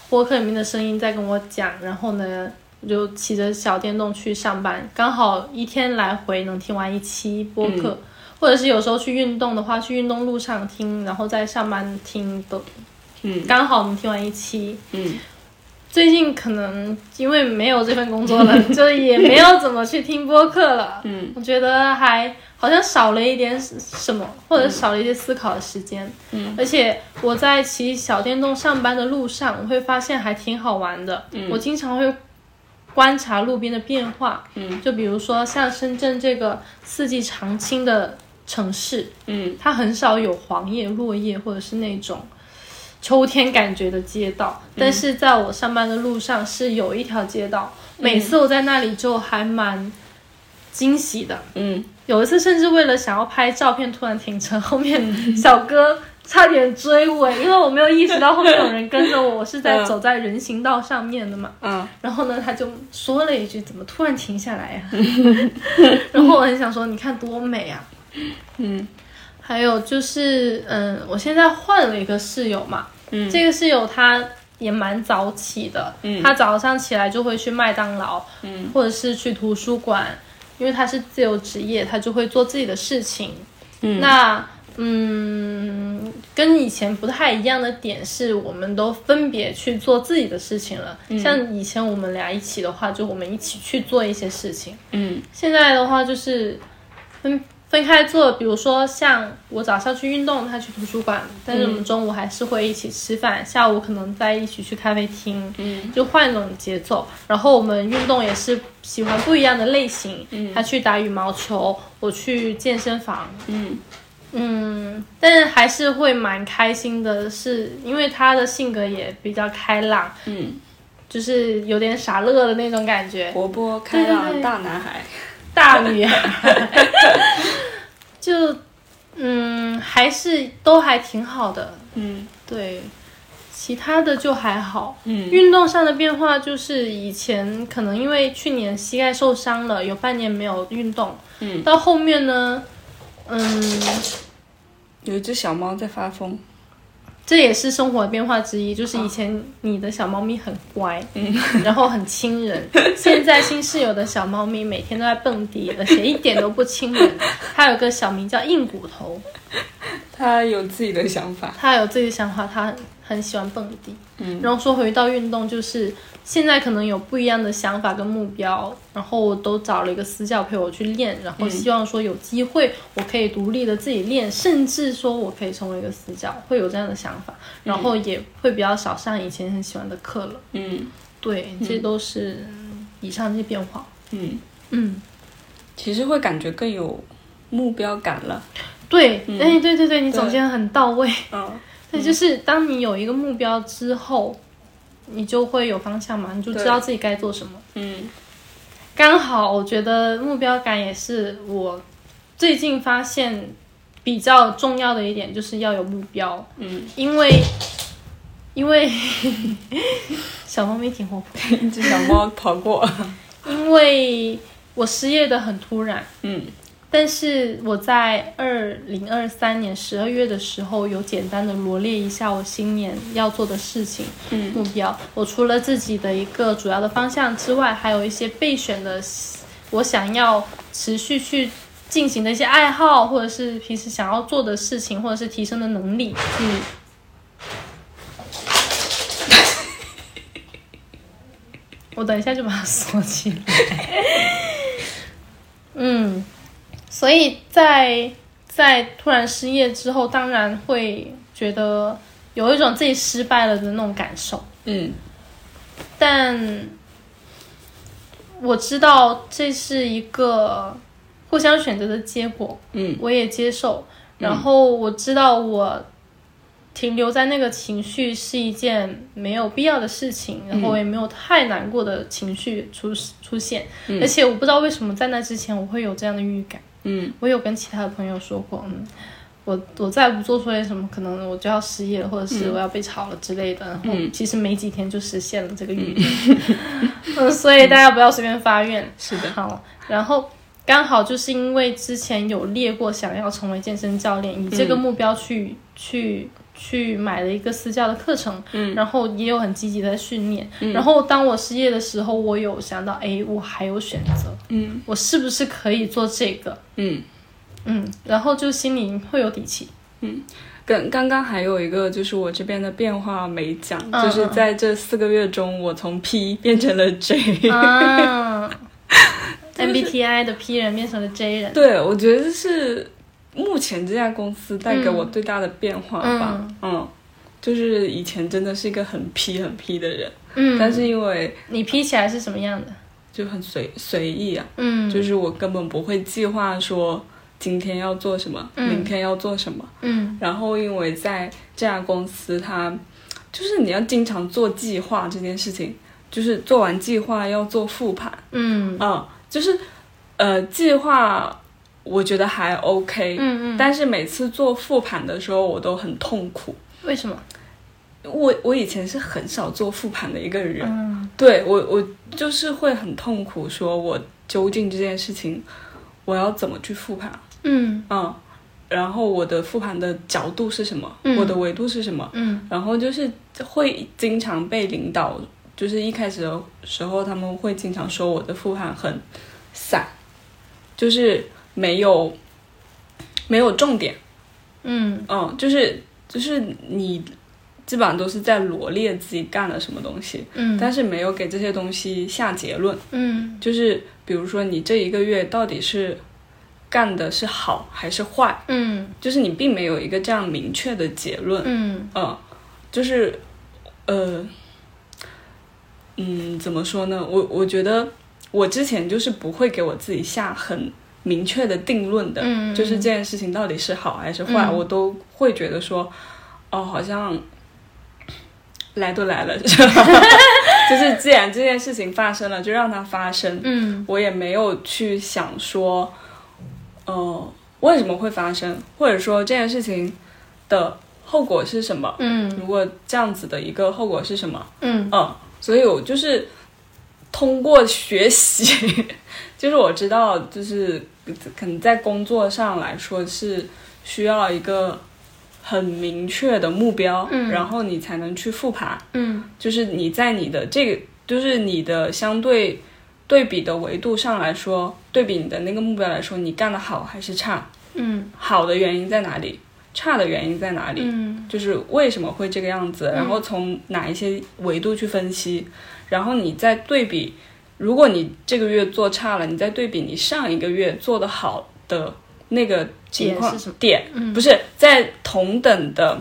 [SPEAKER 3] 播客里面的声音在跟我讲，然后呢，我就骑着小电动去上班，刚好一天来回能听完一期播
[SPEAKER 2] 嗯
[SPEAKER 3] 客，或者是有时候去运动的话，去运动路上听，然后在上班听都
[SPEAKER 2] 嗯
[SPEAKER 3] 刚好能听完一期。
[SPEAKER 2] 嗯
[SPEAKER 3] 最近可能因为没有这份工作了，就也没有怎么去听播客了。
[SPEAKER 2] 嗯，
[SPEAKER 3] 我觉得还好像少了一点什么，或者少了一些思考的时间。嗯，而且我在骑小电动上班的路上，我会发现还挺好玩的。嗯，我经常会观察路边的变化。
[SPEAKER 2] 嗯，
[SPEAKER 3] 就比如说像深圳这个四季常青的城市，
[SPEAKER 2] 嗯
[SPEAKER 3] 它很少有黄叶、落叶或者是那种秋天感觉的街道，但是在我上班的路上是有一条街道，每次我在那里就还蛮惊喜的。
[SPEAKER 2] 嗯
[SPEAKER 3] 有一次甚至为了想要拍照片，突然停车，后 面小哥差点追尾，因为我没有意识到后面有人跟着我，我是在
[SPEAKER 2] 嗯
[SPEAKER 3] 走在人行道上面的嘛。
[SPEAKER 2] 嗯
[SPEAKER 3] 然后呢，他就说了一句：“怎么突然停下来呀、 然后我很想说：“你看多美啊！”
[SPEAKER 2] 嗯，
[SPEAKER 3] 还有就是，嗯，我现在换了一个室友嘛，
[SPEAKER 2] 嗯
[SPEAKER 3] 这个室友他也蛮早起的，
[SPEAKER 2] 嗯
[SPEAKER 3] 他早上起来就会去麦当劳，
[SPEAKER 2] 嗯，
[SPEAKER 3] 或者是去图书馆，因为他是自由职业，他就会做自己的事情。
[SPEAKER 2] 嗯
[SPEAKER 3] 那嗯，跟以前不太一样的点是，我们都分别去做自己的事情了。像以前我们俩一起的话，就我们一起去做一些事情，
[SPEAKER 2] 嗯
[SPEAKER 3] 现在的话就是分分开做，比如说像我早上去运动，他去图书馆，但是我们中午还是会一起吃饭，下午可能再一起去咖啡厅，嗯，就换一种节奏。然后我们运动也是喜欢不一样的类型，嗯，他去打羽毛球，我去健身房，
[SPEAKER 2] 嗯
[SPEAKER 3] 嗯，但是还是会蛮开心的是，因为他的性格也比较开朗，
[SPEAKER 2] 嗯，
[SPEAKER 3] 就是有点傻乐的那种感觉，
[SPEAKER 2] 活泼开
[SPEAKER 3] 对对
[SPEAKER 2] 朗
[SPEAKER 3] 对
[SPEAKER 2] 大男孩，
[SPEAKER 3] 大女孩，就嗯，还是都还挺好的，
[SPEAKER 2] 嗯
[SPEAKER 3] 对，其他的就还好。
[SPEAKER 2] 嗯
[SPEAKER 3] 运动上的变化就是以前可能因为去年膝盖受伤了，有半年没有运动，
[SPEAKER 2] 嗯，
[SPEAKER 3] 到后面呢，嗯，
[SPEAKER 2] 有一只小猫在发疯，
[SPEAKER 3] 这也是生活的变化之一，就是以前你的小猫咪很乖， 然后很亲人，现在新室友的小猫咪每天都在蹦迪，而且一点都不亲人。它有个小名叫硬骨头，
[SPEAKER 2] 它有自己的想法，
[SPEAKER 3] 它有自己的想法，它很很喜欢蹦迪。
[SPEAKER 2] 嗯
[SPEAKER 3] 然后说回到运动，就是现在可能有不一样的想法跟目标，然后我都找了一个私教陪我去练，然后希望说有机会我可以独立的自己练，甚至说我可以成为一个私教，会有这样的想法，然后也会比较少上以前很喜欢的课了。
[SPEAKER 2] 嗯
[SPEAKER 3] 对，这都是嗯以上这些变化。
[SPEAKER 2] 嗯，
[SPEAKER 3] 嗯，
[SPEAKER 2] 其实会感觉更有目标感了，
[SPEAKER 3] 对，哎、
[SPEAKER 2] 嗯
[SPEAKER 3] 对对对，你总
[SPEAKER 2] 对
[SPEAKER 3] 结得很到位。
[SPEAKER 2] 嗯
[SPEAKER 3] 对，就是当你有一个目标之后，你就会有方向嘛，你就知
[SPEAKER 2] 对
[SPEAKER 3] 道自己该做什么。
[SPEAKER 2] 嗯
[SPEAKER 3] 刚好我觉得目标感也是我最近发现比较重要的一点，就是要有目标，
[SPEAKER 2] 嗯，
[SPEAKER 3] 因为因为 小猫咪挺活泼，
[SPEAKER 2] 嗯 一只小猫跑过，
[SPEAKER 3] 因为我失业的很突然，
[SPEAKER 2] 嗯
[SPEAKER 3] 但是我在二零二三年十二月的时候，有简单的罗列一下我新年要做的事情、
[SPEAKER 2] 嗯
[SPEAKER 3] 目标。我除了自己的一个主要的方向之外，还有一些备选的，我想要持续去进行的一些爱好，或者是平时想要做的事情，或者是提升的能力。
[SPEAKER 2] 嗯，
[SPEAKER 3] 我等一下就把它锁起来。嗯，所以在在突然失业之后，当然会觉得有一种自己失败了的那种感受，
[SPEAKER 2] 嗯
[SPEAKER 3] 但我知道这是一个互相选择的结果，
[SPEAKER 2] 嗯
[SPEAKER 3] 我也接受。然后我知道我停留在那个情绪是一件没有必要的事情，然后我也没有太难过的情绪出出现，而且我不知道为什么在那之前我会有这样的预感。
[SPEAKER 2] 嗯
[SPEAKER 3] 我有跟其他的朋友说过，嗯，我我再不做出点什么，可能我就要失业了，或者是我要被炒了之类的。然后其实没几天就实现了这个预言， 嗯，所以大家不要随便发愿。
[SPEAKER 2] 是的
[SPEAKER 3] 好，然后刚好就是因为之前有列过想要成为健身教练，以这个目标去、去。去买了一个私教的课程，嗯、然后也有很积极的训练。然后当我失业的时候，我有想到，哎，我还有选择，
[SPEAKER 2] 嗯
[SPEAKER 3] 我是不是可以做这个？
[SPEAKER 2] 嗯。
[SPEAKER 3] 嗯，然后就心里会有底气。
[SPEAKER 2] 跟刚刚还有一个就是我这边的变化没讲，
[SPEAKER 3] 嗯
[SPEAKER 2] 就是在这四个月中，我从 P 变 成了 J。
[SPEAKER 3] 嗯、MBTI 的 P 人变成了 J 人。
[SPEAKER 2] 对，我觉得这是目前这家公司带给
[SPEAKER 3] 嗯
[SPEAKER 2] 我最大的变化吧。嗯，就是以前真的是一个很 P 很 P 的人，
[SPEAKER 3] 嗯，
[SPEAKER 2] 但是因为
[SPEAKER 3] 你 P 起来是什么样的？
[SPEAKER 2] 就很随随意啊，
[SPEAKER 3] 嗯，
[SPEAKER 2] 就是我根本不会计划说今天要做什么，
[SPEAKER 3] 嗯
[SPEAKER 2] 明天要做什么。
[SPEAKER 3] 嗯
[SPEAKER 2] 然后因为在这家公司它，就是你要经常做计划这件事情，就是做完计划要做复盘，
[SPEAKER 3] 嗯
[SPEAKER 2] 嗯，就是呃计划我觉得还 OK，、
[SPEAKER 3] 嗯嗯，
[SPEAKER 2] 但是每次做复盘的时候我都很痛苦。
[SPEAKER 3] 为什么？
[SPEAKER 2] 我我以前是很少做复盘的一个人，
[SPEAKER 3] 嗯
[SPEAKER 2] 对我我就是会很痛苦，说我究竟这件事情我要怎么去复盘，
[SPEAKER 3] 嗯
[SPEAKER 2] 嗯，然后我的复盘的角度是什么，
[SPEAKER 3] 嗯
[SPEAKER 2] 我的维度是什么，
[SPEAKER 3] 嗯
[SPEAKER 2] 然后就是会经常被领导，就是一开始的时候他们会经常说我的复盘很散，就是没有没有重点，
[SPEAKER 3] 嗯
[SPEAKER 2] 嗯，就是就是你基本上都是在罗列自己干了什么东西，
[SPEAKER 3] 嗯，
[SPEAKER 2] 但是没有给这些东西下结论，
[SPEAKER 3] 嗯
[SPEAKER 2] 就是比如说你这一个月到底是干的是好还是坏，
[SPEAKER 3] 嗯
[SPEAKER 2] 就是你并没有一个这样明确的结论。
[SPEAKER 3] 嗯
[SPEAKER 2] 嗯，就是，呃，嗯，怎么说呢？我我觉得我之前就是不会给我自己下很明确的定论的，
[SPEAKER 3] 嗯
[SPEAKER 2] 就是这件事情到底是好还是坏，
[SPEAKER 3] 嗯
[SPEAKER 2] 我都会觉得说，哦，好像来都来了， 是吧就是既然这件事情发生了，就让它发生。
[SPEAKER 3] 嗯
[SPEAKER 2] 我也没有去想说，呃，为什么会发生，或者说这件事情的后果是什么。
[SPEAKER 3] 嗯
[SPEAKER 2] 如果这样子的一个后果是什么？
[SPEAKER 3] 嗯
[SPEAKER 2] 嗯，所以我就是通过学习， 就是我知道，就是可能在工作上来说是需要一个很明确的目标，
[SPEAKER 3] 嗯
[SPEAKER 2] 然后你才能去复盘。
[SPEAKER 3] 嗯
[SPEAKER 2] 就是你在你的这个，就是你的相对对比的维度上来说，对比你的那个目标来说，你干得好还是差？
[SPEAKER 3] 嗯
[SPEAKER 2] 好的原因在哪里？差的原因在哪里？
[SPEAKER 3] 嗯
[SPEAKER 2] 就是为什么会这个样子，然后从哪一些维度去分析，然后你再对比，如果你这个月做差了，你再对比你上一个月做得好的那个情况
[SPEAKER 3] 点是什么
[SPEAKER 2] 点，
[SPEAKER 3] 嗯
[SPEAKER 2] 不是在同等的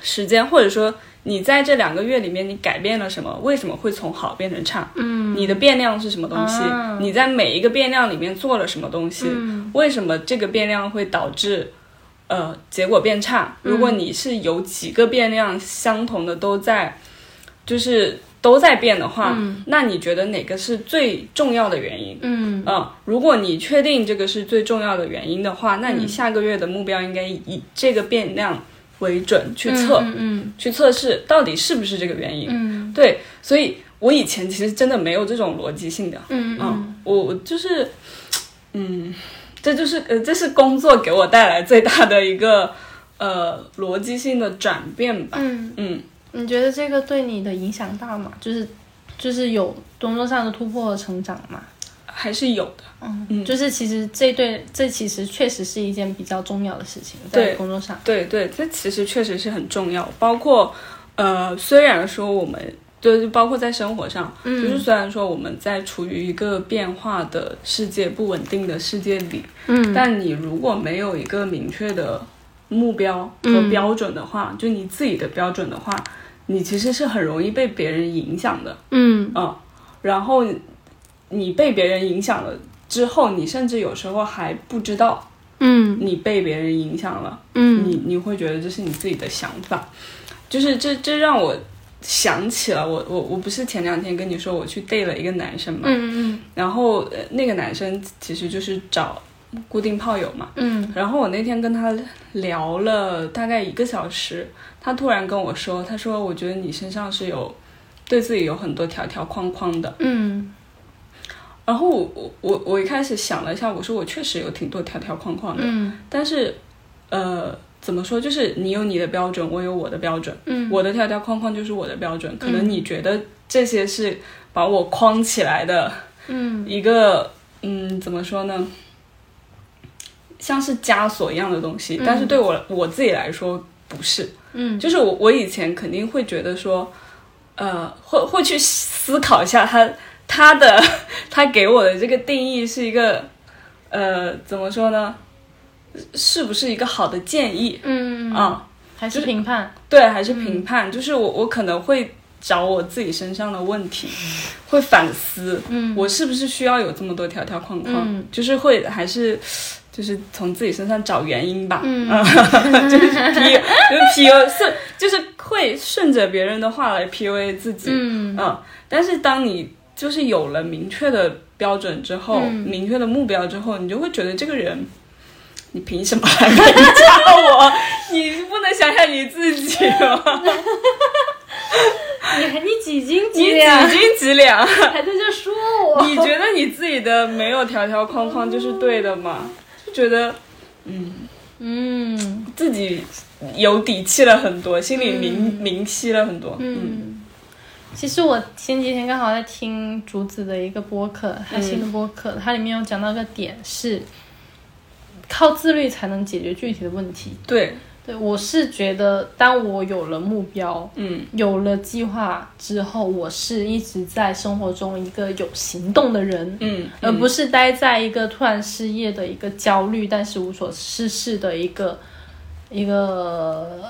[SPEAKER 2] 时间，或者说你在这两个月里面你改变了什么，为什么会从好变成差？
[SPEAKER 3] 嗯
[SPEAKER 2] 你的变量是什么东西？
[SPEAKER 3] 啊
[SPEAKER 2] 你在每一个变量里面做了什么东西？
[SPEAKER 3] 嗯
[SPEAKER 2] 为什么这个变量会导致呃结果变差？
[SPEAKER 3] 嗯
[SPEAKER 2] 如果你是有几个变量相同的都在，就是都在变的话，
[SPEAKER 3] 嗯
[SPEAKER 2] 那你觉得哪个是最重要的原因？
[SPEAKER 3] 嗯
[SPEAKER 2] 嗯，如果你确定这个是最重要的原因的话，那你下个月的目标应该以这个变量为准去测，
[SPEAKER 3] 嗯
[SPEAKER 2] 去测试到底是不是这个原因。
[SPEAKER 3] 嗯
[SPEAKER 2] 对，所以我以前其实真的没有这种逻辑性的，
[SPEAKER 3] 嗯嗯
[SPEAKER 2] 嗯，我我就是，嗯，这就是呃，这是工作给我带来最大的一个呃逻辑性的转变吧。
[SPEAKER 3] 嗯，
[SPEAKER 2] 嗯，
[SPEAKER 3] 你觉得这个对你的影响大吗？就是就是有工作上的突破和成长吗？
[SPEAKER 2] 还是有的。
[SPEAKER 3] 嗯，就是其实这对这其实确实是一件比较重要的事情，在
[SPEAKER 2] 对
[SPEAKER 3] 工作上，
[SPEAKER 2] 对对，这其实确实是很重要。包括呃，虽然说我们就是包括在生活上，
[SPEAKER 3] 嗯
[SPEAKER 2] 就是虽然说我们在处于一个变化的世界、不稳定的世界里，
[SPEAKER 3] 嗯
[SPEAKER 2] 但你如果没有一个明确的目标和
[SPEAKER 3] 嗯
[SPEAKER 2] 标准的话，就你自己的标准的话，你其实是很容易被别人影响的，
[SPEAKER 3] 嗯
[SPEAKER 2] 嗯。然后你被别人影响了之后，你甚至有时候还不知道
[SPEAKER 3] 嗯
[SPEAKER 2] 你被别人影响了，
[SPEAKER 3] 嗯
[SPEAKER 2] 你你会觉得这是你自己的想法，就是这这让我想起了我我我不是前两天跟你说我去 date 了一个男生嘛，
[SPEAKER 3] 嗯
[SPEAKER 2] 然后呃那个男生其实就是找固定炮友嘛，
[SPEAKER 3] 嗯
[SPEAKER 2] 然后我那天跟他聊了大概一个小时，他突然跟我说，他说我觉得你身上是有对自己有很多条条框框的。
[SPEAKER 3] 嗯
[SPEAKER 2] 然后我我我我一开始想了一下，我说我确实有挺多条条框框的，
[SPEAKER 3] 嗯
[SPEAKER 2] 但是呃怎么说，就是你有你的标准，我有我的标准，
[SPEAKER 3] 嗯，
[SPEAKER 2] 我的条条框框就是我的标准，可能你觉得这些是把我框起来的
[SPEAKER 3] 嗯
[SPEAKER 2] 一个嗯怎么说呢？像是枷锁一样的东西，
[SPEAKER 3] 嗯
[SPEAKER 2] 但是对我我自己来说不是，
[SPEAKER 3] 嗯
[SPEAKER 2] 就是我我以前肯定会觉得说，呃，会会去思考一下他他的 他给我的这个定义是一个，呃，怎么说呢，是不是一个好的建议
[SPEAKER 3] 嗯
[SPEAKER 2] 啊、
[SPEAKER 3] 还是评判，
[SPEAKER 2] 对，还是评判，就是我我可能会找我自己身上的问题，会反思，
[SPEAKER 3] 嗯
[SPEAKER 2] 我是不是需要有这么多条条框框，
[SPEAKER 3] 嗯
[SPEAKER 2] 就是会还是就是从自己身上找原因吧，
[SPEAKER 3] 嗯
[SPEAKER 2] 就是 P 就是 P U 是就是会顺着别人的话来 P U A 自己，
[SPEAKER 3] 嗯
[SPEAKER 2] 嗯，但是当你就是有了明确的标准之后，
[SPEAKER 3] 嗯
[SPEAKER 2] 明确的目标之后，你就会觉得这个人，你凭什么来评价 我？你不能想想你自己吗？
[SPEAKER 3] 你你几斤
[SPEAKER 2] 你几斤 几两？
[SPEAKER 3] 还在这说我
[SPEAKER 2] 你觉得你自己的没有条条框框就是对的吗？就觉得
[SPEAKER 3] 嗯
[SPEAKER 2] 自己有底气了很多，心里明、明晰了很多。嗯
[SPEAKER 3] 嗯。其实我前几天刚好在听竹子的一个播客，他新的播客，它里面有讲到一个点是，靠自律才能解决具体的问题。
[SPEAKER 2] 对，
[SPEAKER 3] 对对，我是觉得，当我有了目标，
[SPEAKER 2] 嗯，
[SPEAKER 3] 有了计划之后，我是一直在生活中一个有行动的人，
[SPEAKER 2] 嗯，
[SPEAKER 3] 而不是待在一个突然失业的一个焦虑，但是无所事事的一个一个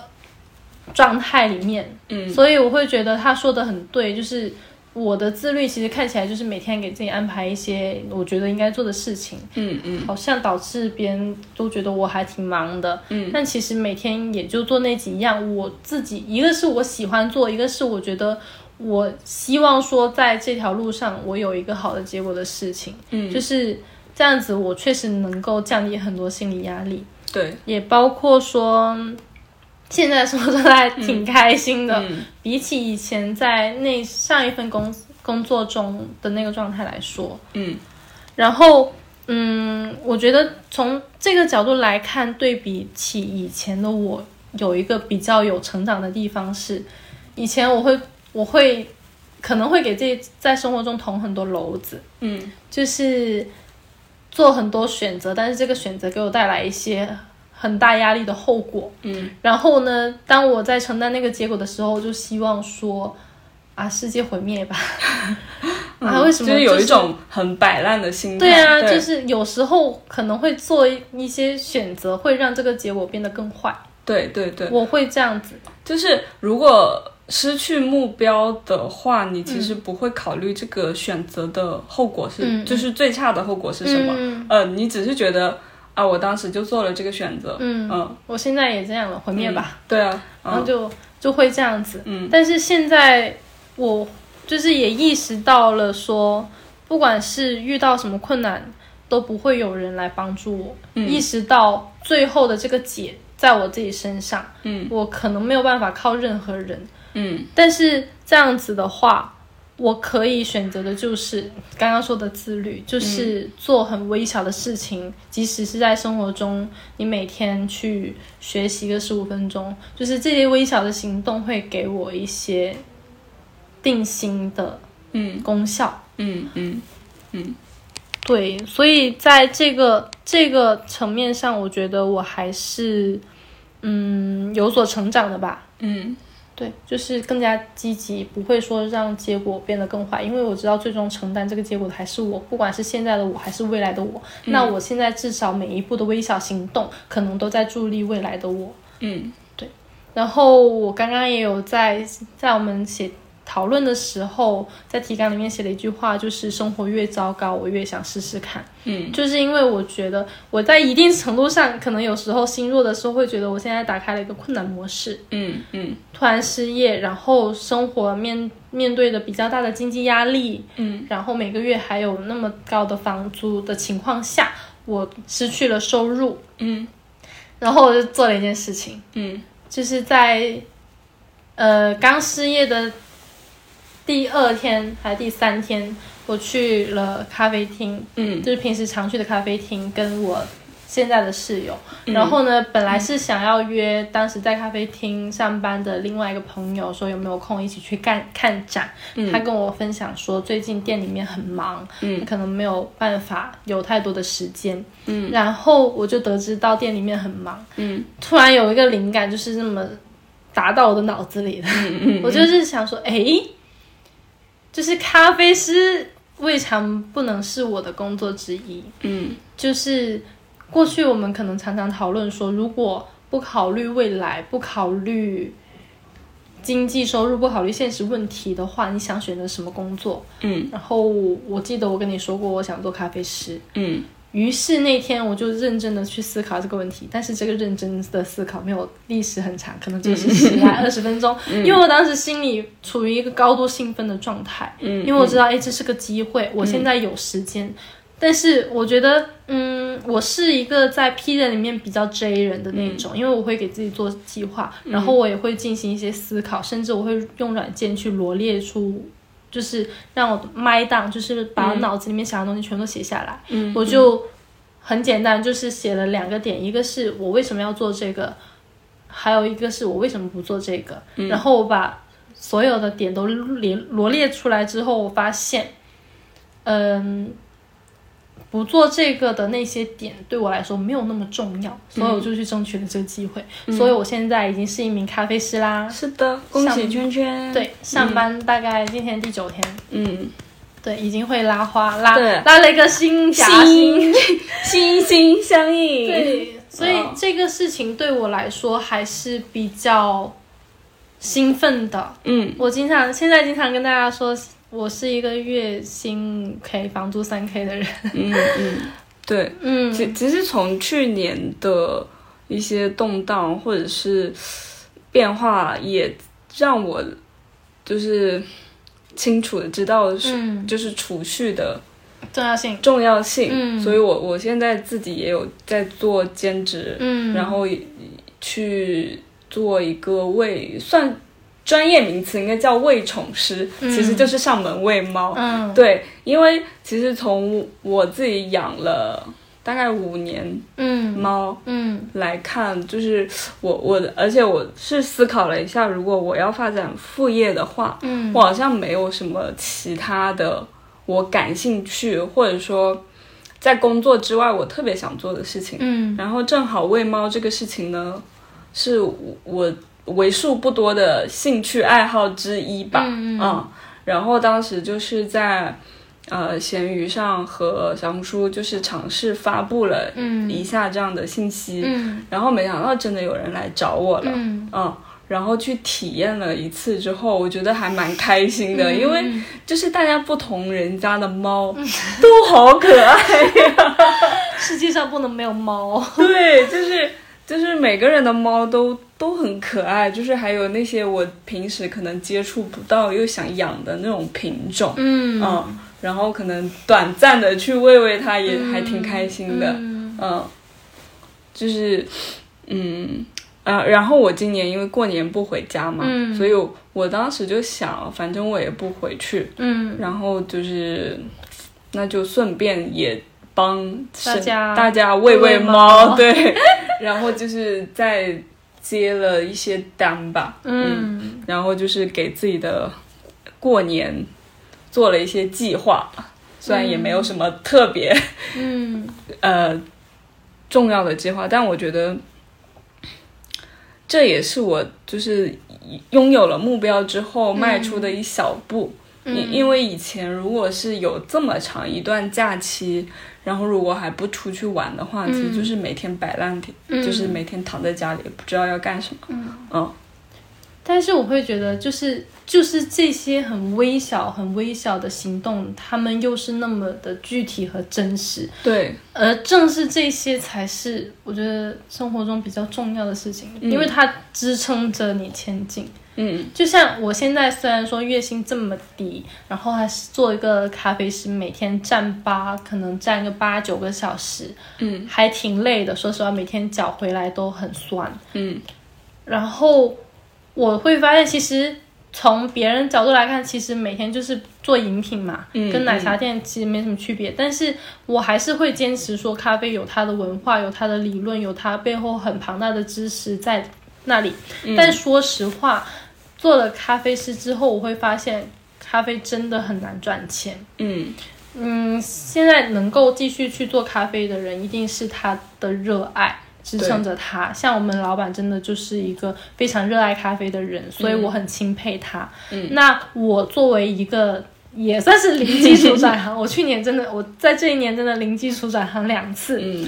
[SPEAKER 3] 状态里面。
[SPEAKER 2] 嗯，
[SPEAKER 3] 所以我会觉得他说的很对，就是我的自律其实看起来就是每天给自己安排一些我觉得应该做的事情，
[SPEAKER 2] 嗯嗯
[SPEAKER 3] 好像导致别人都觉得我还挺忙的，
[SPEAKER 2] 嗯，
[SPEAKER 3] 但其实每天也就做那几样，我自己一个是我喜欢做，一个是我觉得我希望说在这条路上我有一个好的结果的事情，嗯，就是这样子，我确实能够降低很多心理压力，
[SPEAKER 2] 对，
[SPEAKER 3] 也包括说现在生活状态挺开心
[SPEAKER 2] 嗯
[SPEAKER 3] 的，比起以前在那上一份工工作中的那个状态来说，
[SPEAKER 2] 嗯
[SPEAKER 3] 然后，嗯，我觉得从这个角度来看，对比起以前的我，有一个比较有成长的地方是，以前我会我会可能会给自己在生活中捅很多篓子，
[SPEAKER 2] 嗯
[SPEAKER 3] 就是做很多选择，但是这个选择给我带来一些很大压力的后果。
[SPEAKER 2] 嗯
[SPEAKER 3] 然后呢，当我在承担那个结果的时候，就希望说。啊，世界毁灭吧！啊，为什么、
[SPEAKER 2] 就是有一种很摆烂的心态？
[SPEAKER 3] 对
[SPEAKER 2] 对
[SPEAKER 3] 啊，就是有时候可能会做一些选择，会让这个结果变得更坏。
[SPEAKER 2] 对对对，
[SPEAKER 3] 我会这样
[SPEAKER 2] 嗯
[SPEAKER 3] 子，
[SPEAKER 2] 就是如果失去目标的话，你其实不会考虑这个选择的后果是，
[SPEAKER 3] 嗯嗯
[SPEAKER 2] 就是最差的后果是什么。
[SPEAKER 3] 嗯
[SPEAKER 2] 呃，你只是觉得啊，我当时就做了这个选择，
[SPEAKER 3] 嗯我现在也这样了，毁灭吧，
[SPEAKER 2] 对啊，
[SPEAKER 3] 然后
[SPEAKER 2] 嗯
[SPEAKER 3] 就就会这样子。
[SPEAKER 2] 嗯
[SPEAKER 3] 但是现在我就是也意识到了说，不管是遇到什么困难，都不会有人来帮助我。
[SPEAKER 2] 嗯
[SPEAKER 3] 意识到最后的这个解在我自己身上，
[SPEAKER 2] 嗯
[SPEAKER 3] 我可能没有办法靠任何人，
[SPEAKER 2] 嗯
[SPEAKER 3] 但是这样子的话，我可以选择的就是刚刚说的自律，就是做很微小的事情，即使是在生活中，你每天去学习个十五分钟，就是这些微小的行动会给我一些定心的
[SPEAKER 2] 嗯
[SPEAKER 3] 功效。
[SPEAKER 2] 嗯嗯
[SPEAKER 3] 对，所以在这个这个层面上，我觉得我还是嗯有所成长的吧。
[SPEAKER 2] 嗯
[SPEAKER 3] 对，就是更加积极，不会说让结果变得更坏，因为我知道最终承担这个结果的还是我，不管是现在的我还是未来的我。
[SPEAKER 2] 嗯
[SPEAKER 3] 那我现在至少每一步的微小行动，可能都在助力未来的我。
[SPEAKER 2] 嗯
[SPEAKER 3] 然后我刚刚也有在在我们写讨论的时候，在提纲里面写了一句话，就是生活越糟糕，我越想试试看。
[SPEAKER 2] 嗯
[SPEAKER 3] 就是因为我觉得我在一定程度上，可能有时候心弱的时候，会觉得我现在打开了一个困难模式。
[SPEAKER 2] 嗯嗯
[SPEAKER 3] 突然失业，然后生活面面对着比较大的经济压力，
[SPEAKER 2] 嗯，
[SPEAKER 3] 然后每个月还有那么高的房租的情况下，我失去了收入，
[SPEAKER 2] 嗯
[SPEAKER 3] 然后我就做了一件事情，
[SPEAKER 2] 嗯
[SPEAKER 3] 就是在呃刚失业的第二天还是第三天，我去了咖啡厅，
[SPEAKER 2] 嗯
[SPEAKER 3] 就是平时常去的咖啡厅，跟我现在的室友。
[SPEAKER 2] 嗯
[SPEAKER 3] 然后呢，本来是想要约当时在咖啡厅上班的另外一个朋友，说有没有空一起去看看展。他跟我分享说，最近店里面很忙，
[SPEAKER 2] 嗯
[SPEAKER 3] 可能没有办法有太多的时间。
[SPEAKER 2] 嗯
[SPEAKER 3] 然后我就得知到店里面很忙，
[SPEAKER 2] 嗯
[SPEAKER 3] 突然有一个灵感，就是这么打到我的脑子里了。
[SPEAKER 2] 嗯
[SPEAKER 3] 我就是想说，诶，就是咖啡师未尝不能是我的工作之一。
[SPEAKER 2] 嗯
[SPEAKER 3] 就是过去我们可能常常讨论说，如果不考虑未来，不考虑经济收入，不考虑现实问题的话，你想选择什么工作？
[SPEAKER 2] 嗯
[SPEAKER 3] 然后我记得我跟你说过，我想做咖啡师。
[SPEAKER 2] 嗯
[SPEAKER 3] 于是那天我就认真的去思考这个问题，但是这个认真的思考没有历时很长，可能就是十来
[SPEAKER 2] 嗯
[SPEAKER 3] 二十分钟，因为我当时心里处于一个高度兴奋的状态，
[SPEAKER 2] 嗯
[SPEAKER 3] 因为我知道，哎，这是个机会，我现在有时间，但是我觉得，嗯，我是一个在 P 人里面比较 J 人的
[SPEAKER 2] 嗯
[SPEAKER 3] 那种，因为我会给自己做计划，然后我也会进行一些思考，甚至我会用软件去罗列出。就是让我的 my down，就是把脑子里面想的东西全部都写下来。
[SPEAKER 2] 嗯
[SPEAKER 3] 我就很简单，就是写了两个点，一个是我为什么要做这个，还有一个是我为什么不做这个。然后我把所有的点都列罗列出来之后，我发现，嗯，不做这个的那些点对我来说没有那么重要，所以我就去争取了这个机会。所以我现在已经是一名咖啡师啦。
[SPEAKER 2] 是的，恭喜圈圈。
[SPEAKER 3] 对，上班大概今天第九天，
[SPEAKER 2] 嗯，
[SPEAKER 3] 对，已经会拉花，拉
[SPEAKER 2] 对
[SPEAKER 3] 拉了一个新夹心。
[SPEAKER 2] 心心心相印。，
[SPEAKER 3] 对，所以
[SPEAKER 2] 哇
[SPEAKER 3] 这个事情对我来说还是比较兴奋的。
[SPEAKER 2] 嗯，
[SPEAKER 3] 我经常现在经常跟大家说，我是一个月薪五 K、房租三 K 的人。
[SPEAKER 2] 嗯嗯，对，
[SPEAKER 3] 嗯，
[SPEAKER 2] 其其实从去年的一些动荡或者是变化，也让我就是清楚的知道是、
[SPEAKER 3] 嗯
[SPEAKER 2] 就是储蓄的
[SPEAKER 3] 重要性。
[SPEAKER 2] 重要性。
[SPEAKER 3] 嗯
[SPEAKER 2] 所以我我现在自己也有在做兼职，
[SPEAKER 3] 嗯，
[SPEAKER 2] 然后也去做一个喂，算专业名词应该叫喂宠师，
[SPEAKER 3] 嗯
[SPEAKER 2] 其实就是上门喂猫。
[SPEAKER 3] 嗯，
[SPEAKER 2] 对，因为其实从我自己养了大概五年
[SPEAKER 3] 嗯
[SPEAKER 2] 猫
[SPEAKER 3] 嗯
[SPEAKER 2] 来看，就是我我，而且我是思考了一下，如果我要发展副业的话，
[SPEAKER 3] 嗯，
[SPEAKER 2] 我好像没有什么其他的我感兴趣，或者说在工作之外我特别想做的事情。
[SPEAKER 3] 嗯
[SPEAKER 2] 然后正好喂猫这个事情呢，是我为数不多的兴趣爱好之一吧。啊
[SPEAKER 3] 嗯嗯
[SPEAKER 2] 然后当时就是在呃闲鱼上和小红书就是尝试发布了
[SPEAKER 3] 嗯
[SPEAKER 2] 一下这样的信息，
[SPEAKER 3] 嗯
[SPEAKER 2] 然后没想到真的有人来找我了。
[SPEAKER 3] 嗯，
[SPEAKER 2] 嗯，然后去体验了一次之后，我觉得还蛮开心的，因为
[SPEAKER 3] 嗯
[SPEAKER 2] 就是大家不同人家的猫都好可爱，
[SPEAKER 3] 世界上不能没有猫。
[SPEAKER 2] 对，就是就是每个人的猫都都很可爱，就是还有那些我平时可能接触不到又想养的那种品种，
[SPEAKER 3] 嗯
[SPEAKER 2] 嗯，然后可能短暂的去喂喂它也还挺开心的，
[SPEAKER 3] 嗯
[SPEAKER 2] 嗯，就是，嗯，啊，然后我今年因为过年不回家嘛，
[SPEAKER 3] 嗯
[SPEAKER 2] 所以我我当时就想，反正我也不回去，
[SPEAKER 3] 嗯
[SPEAKER 2] 然后就是，那就顺便也帮
[SPEAKER 3] 大家
[SPEAKER 2] 大家喂
[SPEAKER 3] 喂
[SPEAKER 2] 喂
[SPEAKER 3] 猫
[SPEAKER 2] 猫， 对，然后就是再接了一些单吧，
[SPEAKER 3] 嗯，
[SPEAKER 2] 然后就是给自己的过年做了一些计划，虽然也没有什么特别。
[SPEAKER 3] 嗯
[SPEAKER 2] 呃重要的计划，但我觉得这也是我就是拥有了目标之后迈出的一小步。因、
[SPEAKER 3] 嗯
[SPEAKER 2] 因为以前如果是有这么长一段假期，然后如果还不出去玩的话，
[SPEAKER 3] 嗯
[SPEAKER 2] 其实就是每天摆烂，
[SPEAKER 3] 嗯
[SPEAKER 2] 就是每天躺在家里，不知道要干什么。嗯
[SPEAKER 3] 但是我会觉得，就是就是这些很微小、很微小的行动，他们又是那么的具体和真实，
[SPEAKER 2] 对，
[SPEAKER 3] 而正是这些才是我觉得生活中比较重要的事情，
[SPEAKER 2] 嗯
[SPEAKER 3] 因为它支撑着你前进。
[SPEAKER 2] 嗯
[SPEAKER 3] 就像我现在虽然说月薪这么低，然后还是做一个咖啡师，每天站八，可能站个八九个小时，
[SPEAKER 2] 嗯，
[SPEAKER 3] 还挺累的。说实话，每天脚回来都很酸。
[SPEAKER 2] 嗯
[SPEAKER 3] 然后我会发现，其实从别人角度来看，其实每天就是做饮品嘛，
[SPEAKER 2] 嗯
[SPEAKER 3] 跟奶茶店其实没什么区别。但是我还是会坚持说，咖啡有它的文化，有它的理论，有它背后很庞大的知识在那里。
[SPEAKER 2] 嗯
[SPEAKER 3] 但说实话，做了咖啡师之后，我会发现咖啡真的很难赚钱。
[SPEAKER 2] 嗯
[SPEAKER 3] 嗯，现在能够继续去做咖啡的人，一定是他的热爱支撑着他。像我们老板真的就是一个非常热爱咖啡的人，所以我很钦佩他。嗯，那我作为一个也算是零基础转行，我去年真的我在这一年真的零基础转行两次，
[SPEAKER 2] 嗯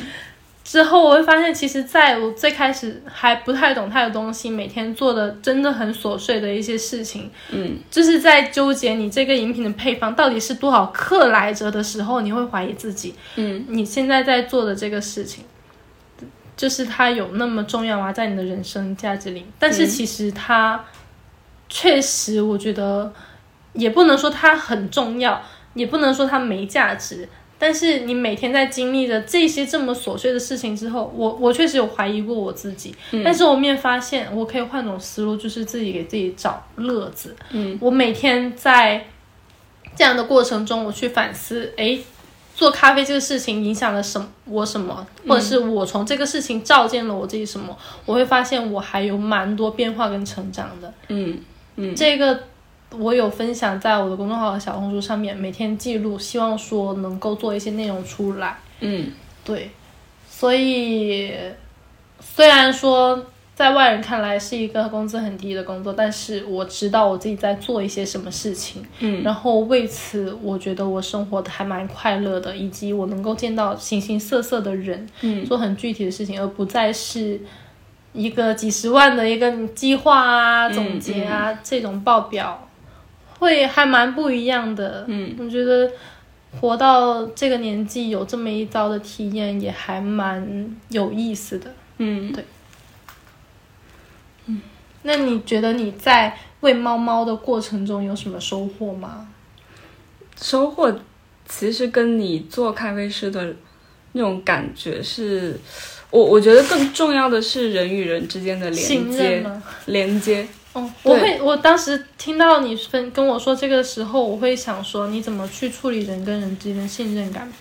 [SPEAKER 3] 之后，我会发现，其实在我最开始还不太懂他的东西，每天做的真的很琐碎的一些事情，
[SPEAKER 2] 嗯，
[SPEAKER 3] 就是在纠结你这个饮品的配方到底是多少克来着的时候，你会怀疑自己，
[SPEAKER 2] 嗯，
[SPEAKER 3] 你现在在做的这个事情，就是它有那么重要吗？在你的人生价值里，但是其实它确实，我觉得也不能说它很重要，也不能说它没价值。但是你每天在经历着这些这么琐碎的事情之后，我我确实有怀疑过我自己，但是我面发现我可以换种思路，就是自己给自己找乐子。
[SPEAKER 2] 嗯，
[SPEAKER 3] 我每天在这样的过程中，我去反思，诶，做咖啡这个事情影响了什么我什么，或者是我从这个事情照见了我自己什么，我会发现我还有蛮多变化跟成长的。
[SPEAKER 2] 嗯嗯
[SPEAKER 3] 这个我有分享在我的公众号和小红书上面，每天记录，希望说能够做一些内容出来。
[SPEAKER 2] 嗯
[SPEAKER 3] 对，所以虽然说在外人看来是一个工资很低的工作，但是我知道我自己在做一些什么事情，
[SPEAKER 2] 嗯
[SPEAKER 3] 然后为此我觉得我生活的还蛮快乐的，以及我能够见到形形色色的人，
[SPEAKER 2] 嗯
[SPEAKER 3] 做很具体的事情，而不再是。一个几十万的一个计划啊、
[SPEAKER 2] 嗯
[SPEAKER 3] 总结啊、这种报表，会还蛮不一样的。
[SPEAKER 2] 嗯，
[SPEAKER 3] 我觉得活到这个年纪有这么一遭的体验，也还蛮有意思的。
[SPEAKER 2] 嗯
[SPEAKER 3] 那你觉得你在喂猫猫的过程中有什么收获吗？
[SPEAKER 2] 收获其实跟你做咖啡师的那种感觉是，我我觉得更重要的是人与人之间的连
[SPEAKER 3] 信任
[SPEAKER 2] 接，
[SPEAKER 3] 吗？
[SPEAKER 2] 连接。
[SPEAKER 3] 哦，我
[SPEAKER 2] 对
[SPEAKER 3] 会，我当时听到你分跟我说这个时候，我会想说，你怎么去处理人跟人之间的信任感？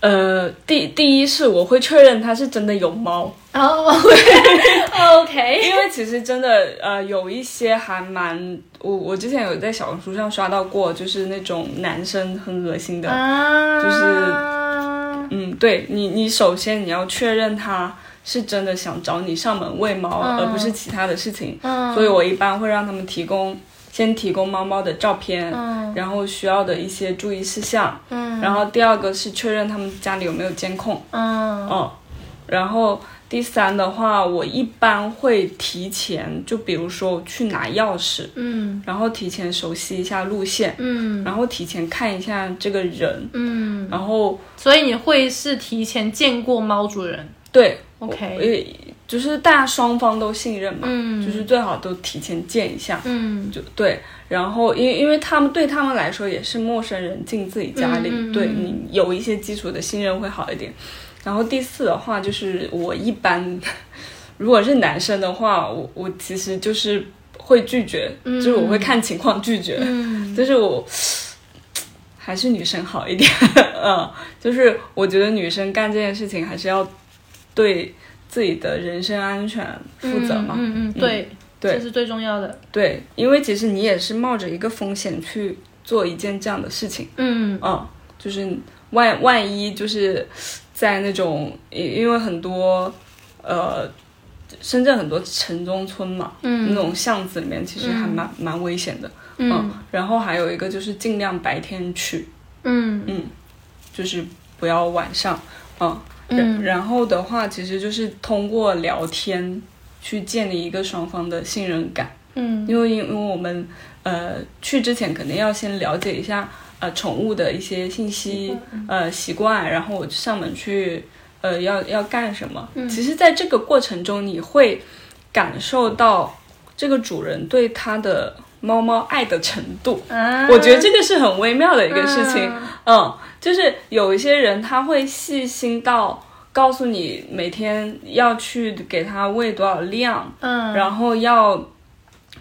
[SPEAKER 2] 呃，第第一是我会确认它是真的 有猫，
[SPEAKER 3] 哦、o k
[SPEAKER 2] 因为其实真的呃有一些还蛮，我我之前有在小红书上刷到过，就是那种男生很恶心的，
[SPEAKER 3] 啊，
[SPEAKER 2] 就是嗯，对你，你首先你要确认他是真的想找你上门喂猫，
[SPEAKER 3] 嗯
[SPEAKER 2] 而不是其他的事情。
[SPEAKER 3] 嗯，
[SPEAKER 2] 所以我一般会让他们提供，先提供猫猫的照片，
[SPEAKER 3] 嗯
[SPEAKER 2] 然后需要的一些注意事项，
[SPEAKER 3] 嗯
[SPEAKER 2] 然后第二个是确认他们家里有没有监控，
[SPEAKER 3] 嗯
[SPEAKER 2] 嗯，然后第三的话，我一般会提前，就比如说去拿钥匙，
[SPEAKER 3] 嗯
[SPEAKER 2] 然后提前熟悉一下路线，
[SPEAKER 3] 嗯
[SPEAKER 2] 然后提前看一下这个人，
[SPEAKER 3] 嗯，
[SPEAKER 2] 然后。
[SPEAKER 3] 所以你会是提前见过猫主人
[SPEAKER 2] 对我
[SPEAKER 3] ？OK，
[SPEAKER 2] 也就是大家双方都信任嘛，
[SPEAKER 3] 嗯
[SPEAKER 2] 就是最好都提前见一下，
[SPEAKER 3] 嗯
[SPEAKER 2] 就对。然后因为因为他们对他们来说也是陌生人进自己家里，
[SPEAKER 3] 嗯嗯嗯
[SPEAKER 2] 对你有一些基础的信任会好一点。然后第四的话就是我一般，如果是男生的话，我我其实就是会拒绝，
[SPEAKER 3] 嗯
[SPEAKER 2] 就是我会看情况拒绝，
[SPEAKER 3] 嗯
[SPEAKER 2] 就是我还是女生好一点， 嗯，就是我觉得女生干这件事情还是要对自己的人身安全负责嘛，
[SPEAKER 3] 嗯嗯嗯，对，
[SPEAKER 2] 对
[SPEAKER 3] 这是最重要的。
[SPEAKER 2] 对，因为其实你也是冒着一个风险去做一件这样的事情，
[SPEAKER 3] 嗯
[SPEAKER 2] 嗯，就是万万一就是在那种因因为很多呃。深圳很多城中村嘛，那
[SPEAKER 3] 嗯
[SPEAKER 2] 种巷子里面其实还蛮、蛮危险的，
[SPEAKER 3] 嗯
[SPEAKER 2] 然后还有一个就是尽量白天去，
[SPEAKER 3] 嗯
[SPEAKER 2] 就是不要晚上，嗯，然
[SPEAKER 3] 嗯
[SPEAKER 2] 然后的话，其实就是通过聊天去建立一个双方的信任感，
[SPEAKER 3] 嗯
[SPEAKER 2] 因为因为我们呃去之前肯定要先了解一下呃宠物的一些信息，呃习惯，然后我上门去呃要要干什么。
[SPEAKER 3] 嗯
[SPEAKER 2] 其实，在这个过程中，你会感受到这个主人对他的猫猫爱的程度，
[SPEAKER 3] 啊，
[SPEAKER 2] 我觉得这个是很微妙的一
[SPEAKER 3] 一
[SPEAKER 2] 个事情。嗯，就是有一些人他会细心到告诉你每天要去给它喂多少量，
[SPEAKER 3] 嗯，
[SPEAKER 2] 然后要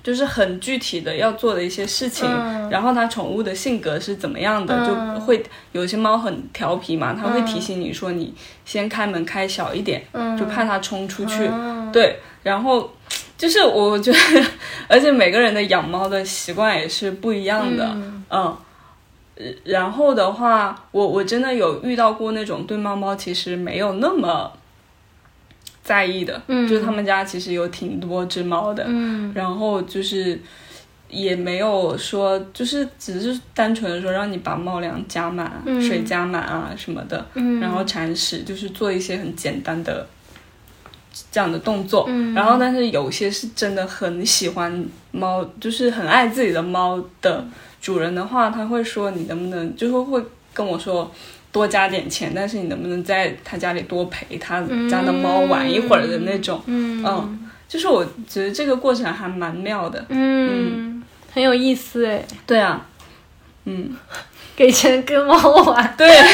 [SPEAKER 2] 就是很具体的要做的一些事情，
[SPEAKER 3] 嗯
[SPEAKER 2] 然后它宠物的性格是怎么样的，
[SPEAKER 3] 嗯
[SPEAKER 2] 就会有一些猫很调皮嘛，它会
[SPEAKER 3] 嗯
[SPEAKER 2] 提醒你说你先开门开小一点，
[SPEAKER 3] 嗯
[SPEAKER 2] 就怕它冲出去。
[SPEAKER 3] 嗯
[SPEAKER 2] 对，然后就是我觉得， 而且每个人的养猫的习惯也是不一样的，
[SPEAKER 3] 嗯
[SPEAKER 2] 嗯。呃然后的话，我我真的有遇到过那种对猫猫其实没有那么在意的，
[SPEAKER 3] 嗯
[SPEAKER 2] 就是他们家其实有挺多只猫的，
[SPEAKER 3] 嗯
[SPEAKER 2] 然后就是也没有说，就是只是单纯的说让你把猫粮加满啊、
[SPEAKER 3] 嗯
[SPEAKER 2] 水加满啊什么的，
[SPEAKER 3] 嗯，
[SPEAKER 2] 然后铲屎，就是做一些很简单的这样的动作。
[SPEAKER 3] 嗯
[SPEAKER 2] 然后，但是有些是真的很喜欢猫，就是很爱自己的猫的主人的话，他会说你能不能，就是会跟我说。多加点钱，但是你能不能在他家里多陪他家的猫玩一会儿的那种？
[SPEAKER 3] 嗯
[SPEAKER 2] 嗯就是我觉得这个过程还蛮妙的。
[SPEAKER 3] 嗯，很有意思哎，
[SPEAKER 2] 对啊，嗯，
[SPEAKER 3] 给钱跟猫玩，
[SPEAKER 2] 对，啊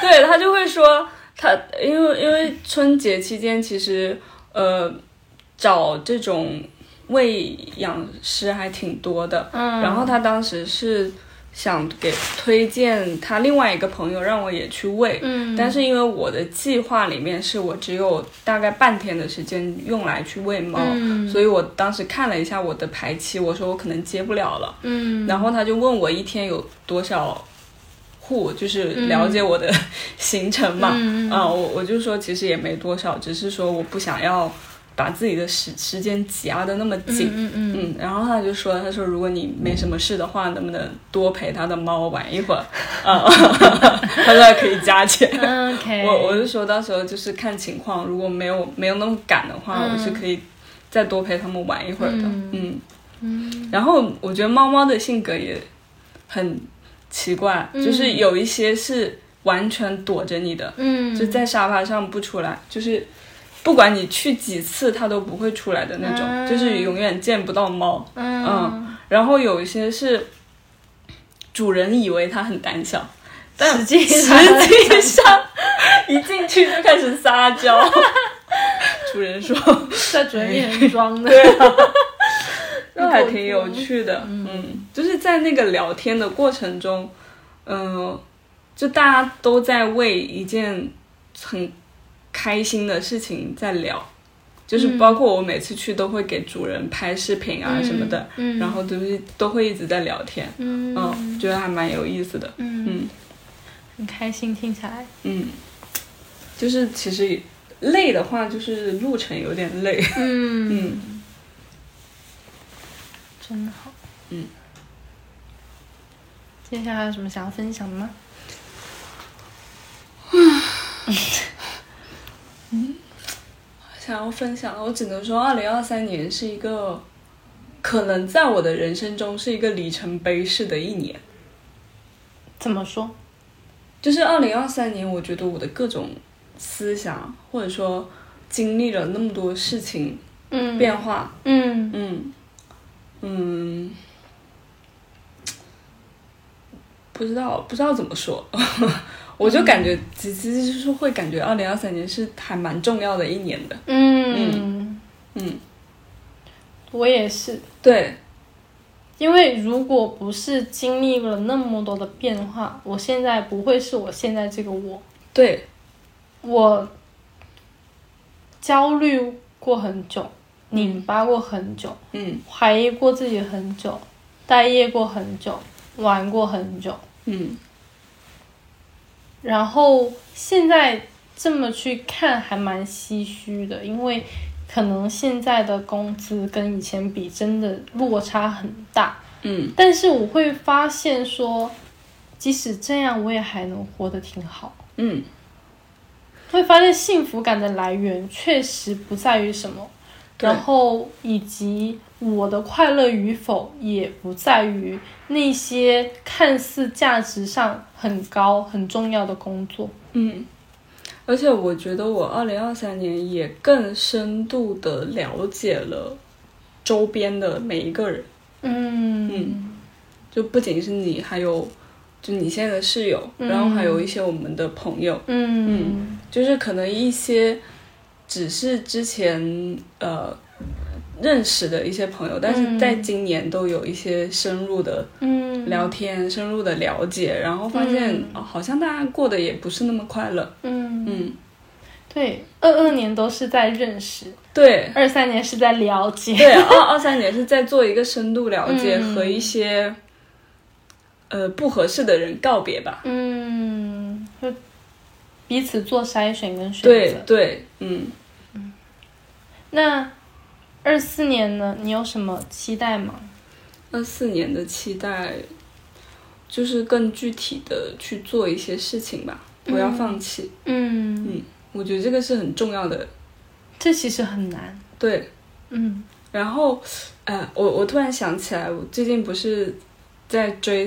[SPEAKER 2] 对他就会说他，因为因为春节期间其实呃找这种喂养师还挺多的，
[SPEAKER 3] 嗯，
[SPEAKER 2] 然后他当时是想给推荐他另外一个朋友让我也去喂，
[SPEAKER 3] 嗯
[SPEAKER 2] 但是因为我的计划里面是我只有大概半天的时间用来去喂猫，
[SPEAKER 3] 嗯
[SPEAKER 2] 哦所以我当时看了一下我的排期，我说我可能接不了了，
[SPEAKER 3] 嗯，
[SPEAKER 2] 然后他就问我一天有多少户，就是了解我的 行程嘛。
[SPEAKER 3] 嗯嗯嗯
[SPEAKER 2] 啊，我我就说其实也没多少，只是说我不想要把自己的时时间挤压的那么紧。
[SPEAKER 3] 嗯嗯
[SPEAKER 2] 嗯，然后他就说，他说如果你没什么事的话，能不能多陪他的猫玩一会儿？啊， 他说可以加钱。
[SPEAKER 3] 嗯，OK，
[SPEAKER 2] 我我是说到时候就是看情况，如果没有没有那么赶的话，
[SPEAKER 3] 嗯
[SPEAKER 2] 我是可以再多陪他们玩一会儿的。嗯，
[SPEAKER 3] 嗯
[SPEAKER 2] 然后我觉得猫猫的性格也很奇怪，
[SPEAKER 3] 嗯
[SPEAKER 2] 就是有一些是完全躲着你的，
[SPEAKER 3] 嗯，
[SPEAKER 2] 就在沙发上不出来，就是不管你去几次它都不会出来的那种，
[SPEAKER 3] 嗯
[SPEAKER 2] 就是永远见不到猫。
[SPEAKER 3] 嗯，
[SPEAKER 2] 然后有一些是主人以为它很胆小，但
[SPEAKER 3] 实际
[SPEAKER 2] 实
[SPEAKER 3] 上
[SPEAKER 2] 际上一进去就开始撒 娇。主人说。
[SPEAKER 3] 在嘴面装的，
[SPEAKER 2] 那还挺有趣的，嗯，就是在那个聊天的过程中，嗯、就大家都在为一件很开心的事情在聊，就是包括我每次去都会给主人拍视频啊什么的，
[SPEAKER 3] 嗯嗯，嗯
[SPEAKER 2] 然后都是都会一直在聊天，
[SPEAKER 3] 嗯
[SPEAKER 2] 嗯，觉得还蛮有意思的，
[SPEAKER 3] 嗯，
[SPEAKER 2] 嗯
[SPEAKER 3] 很开心，听起来，
[SPEAKER 2] 嗯，就是其实累的话，就是路程有点累，
[SPEAKER 3] 嗯，
[SPEAKER 2] 嗯。
[SPEAKER 3] 真好，
[SPEAKER 2] 嗯。
[SPEAKER 3] 接下来还有什么想要分享的吗？
[SPEAKER 2] 想要分享的，我只能说，二零二三年是一个可能在我的人生中是一个里程碑式的一年。
[SPEAKER 3] 怎么说？
[SPEAKER 2] 就是二零二三年，我觉得我的各种思想或者说经历了那么多事情
[SPEAKER 3] 嗯
[SPEAKER 2] 变化，
[SPEAKER 3] 嗯
[SPEAKER 2] 嗯嗯，不知道不知道怎么说， 我就感觉其其实就是会感觉二零二三年是还蛮重要的一年的。
[SPEAKER 3] 嗯
[SPEAKER 2] 嗯，
[SPEAKER 3] 我也是，
[SPEAKER 2] 对，
[SPEAKER 3] 因为如果不是经历了那么多的变化，我现在不会是我现在这个我。
[SPEAKER 2] 对，
[SPEAKER 3] 我焦虑过很久，拧巴过很久，
[SPEAKER 2] 嗯
[SPEAKER 3] 怀疑过自己很久，待业过很久，玩过很久，
[SPEAKER 2] 嗯
[SPEAKER 3] 然后现在这么去看还蛮唏嘘的，因为可能现在的工资跟以前比真的落差很大，
[SPEAKER 2] 嗯
[SPEAKER 3] 但是我会发现说，即使这样，我也还能活得挺好。
[SPEAKER 2] 嗯。
[SPEAKER 3] 会发现幸福感的来源确实不在于什么，
[SPEAKER 2] 对
[SPEAKER 3] 然后以及我的快乐与否也不在于那些看似价值上很高很重要的工作。
[SPEAKER 2] 嗯，而且我觉得我二零二三年也更深度的了解了周边的每一个人，
[SPEAKER 3] 嗯
[SPEAKER 2] 就不仅是你，还有就你现在的室友，
[SPEAKER 3] 嗯
[SPEAKER 2] 然后还有一些我们的朋友，
[SPEAKER 3] 嗯
[SPEAKER 2] 就是可能一些只是之前呃认识的一些朋友，但是
[SPEAKER 3] 嗯
[SPEAKER 2] 在今年都有一些深入的
[SPEAKER 3] 嗯
[SPEAKER 2] 聊天、深入的了解，然后发现、
[SPEAKER 3] 嗯
[SPEAKER 2] 哦好像大家过得也不是那么快乐，
[SPEAKER 3] 嗯
[SPEAKER 2] 嗯，
[SPEAKER 3] 对，二二年都是在认识，
[SPEAKER 2] 对。
[SPEAKER 3] 二三年是在了解。
[SPEAKER 2] 对，二二三年是在做一个深度了解
[SPEAKER 3] 嗯
[SPEAKER 2] 和一些、呃不合适的人告别吧。
[SPEAKER 3] 嗯，就彼此做筛选跟选择。
[SPEAKER 2] 对对，嗯，
[SPEAKER 3] 那二四年呢？你有什么期待吗？
[SPEAKER 2] 二四年的期待就是更具体的去做一些事情吧，不要放弃。
[SPEAKER 3] 嗯，
[SPEAKER 2] 我觉得这个是很重要的。
[SPEAKER 3] 这其实很难。
[SPEAKER 2] 对，
[SPEAKER 3] 嗯
[SPEAKER 2] 然后，呃，我我突然想起来，我最近不是在追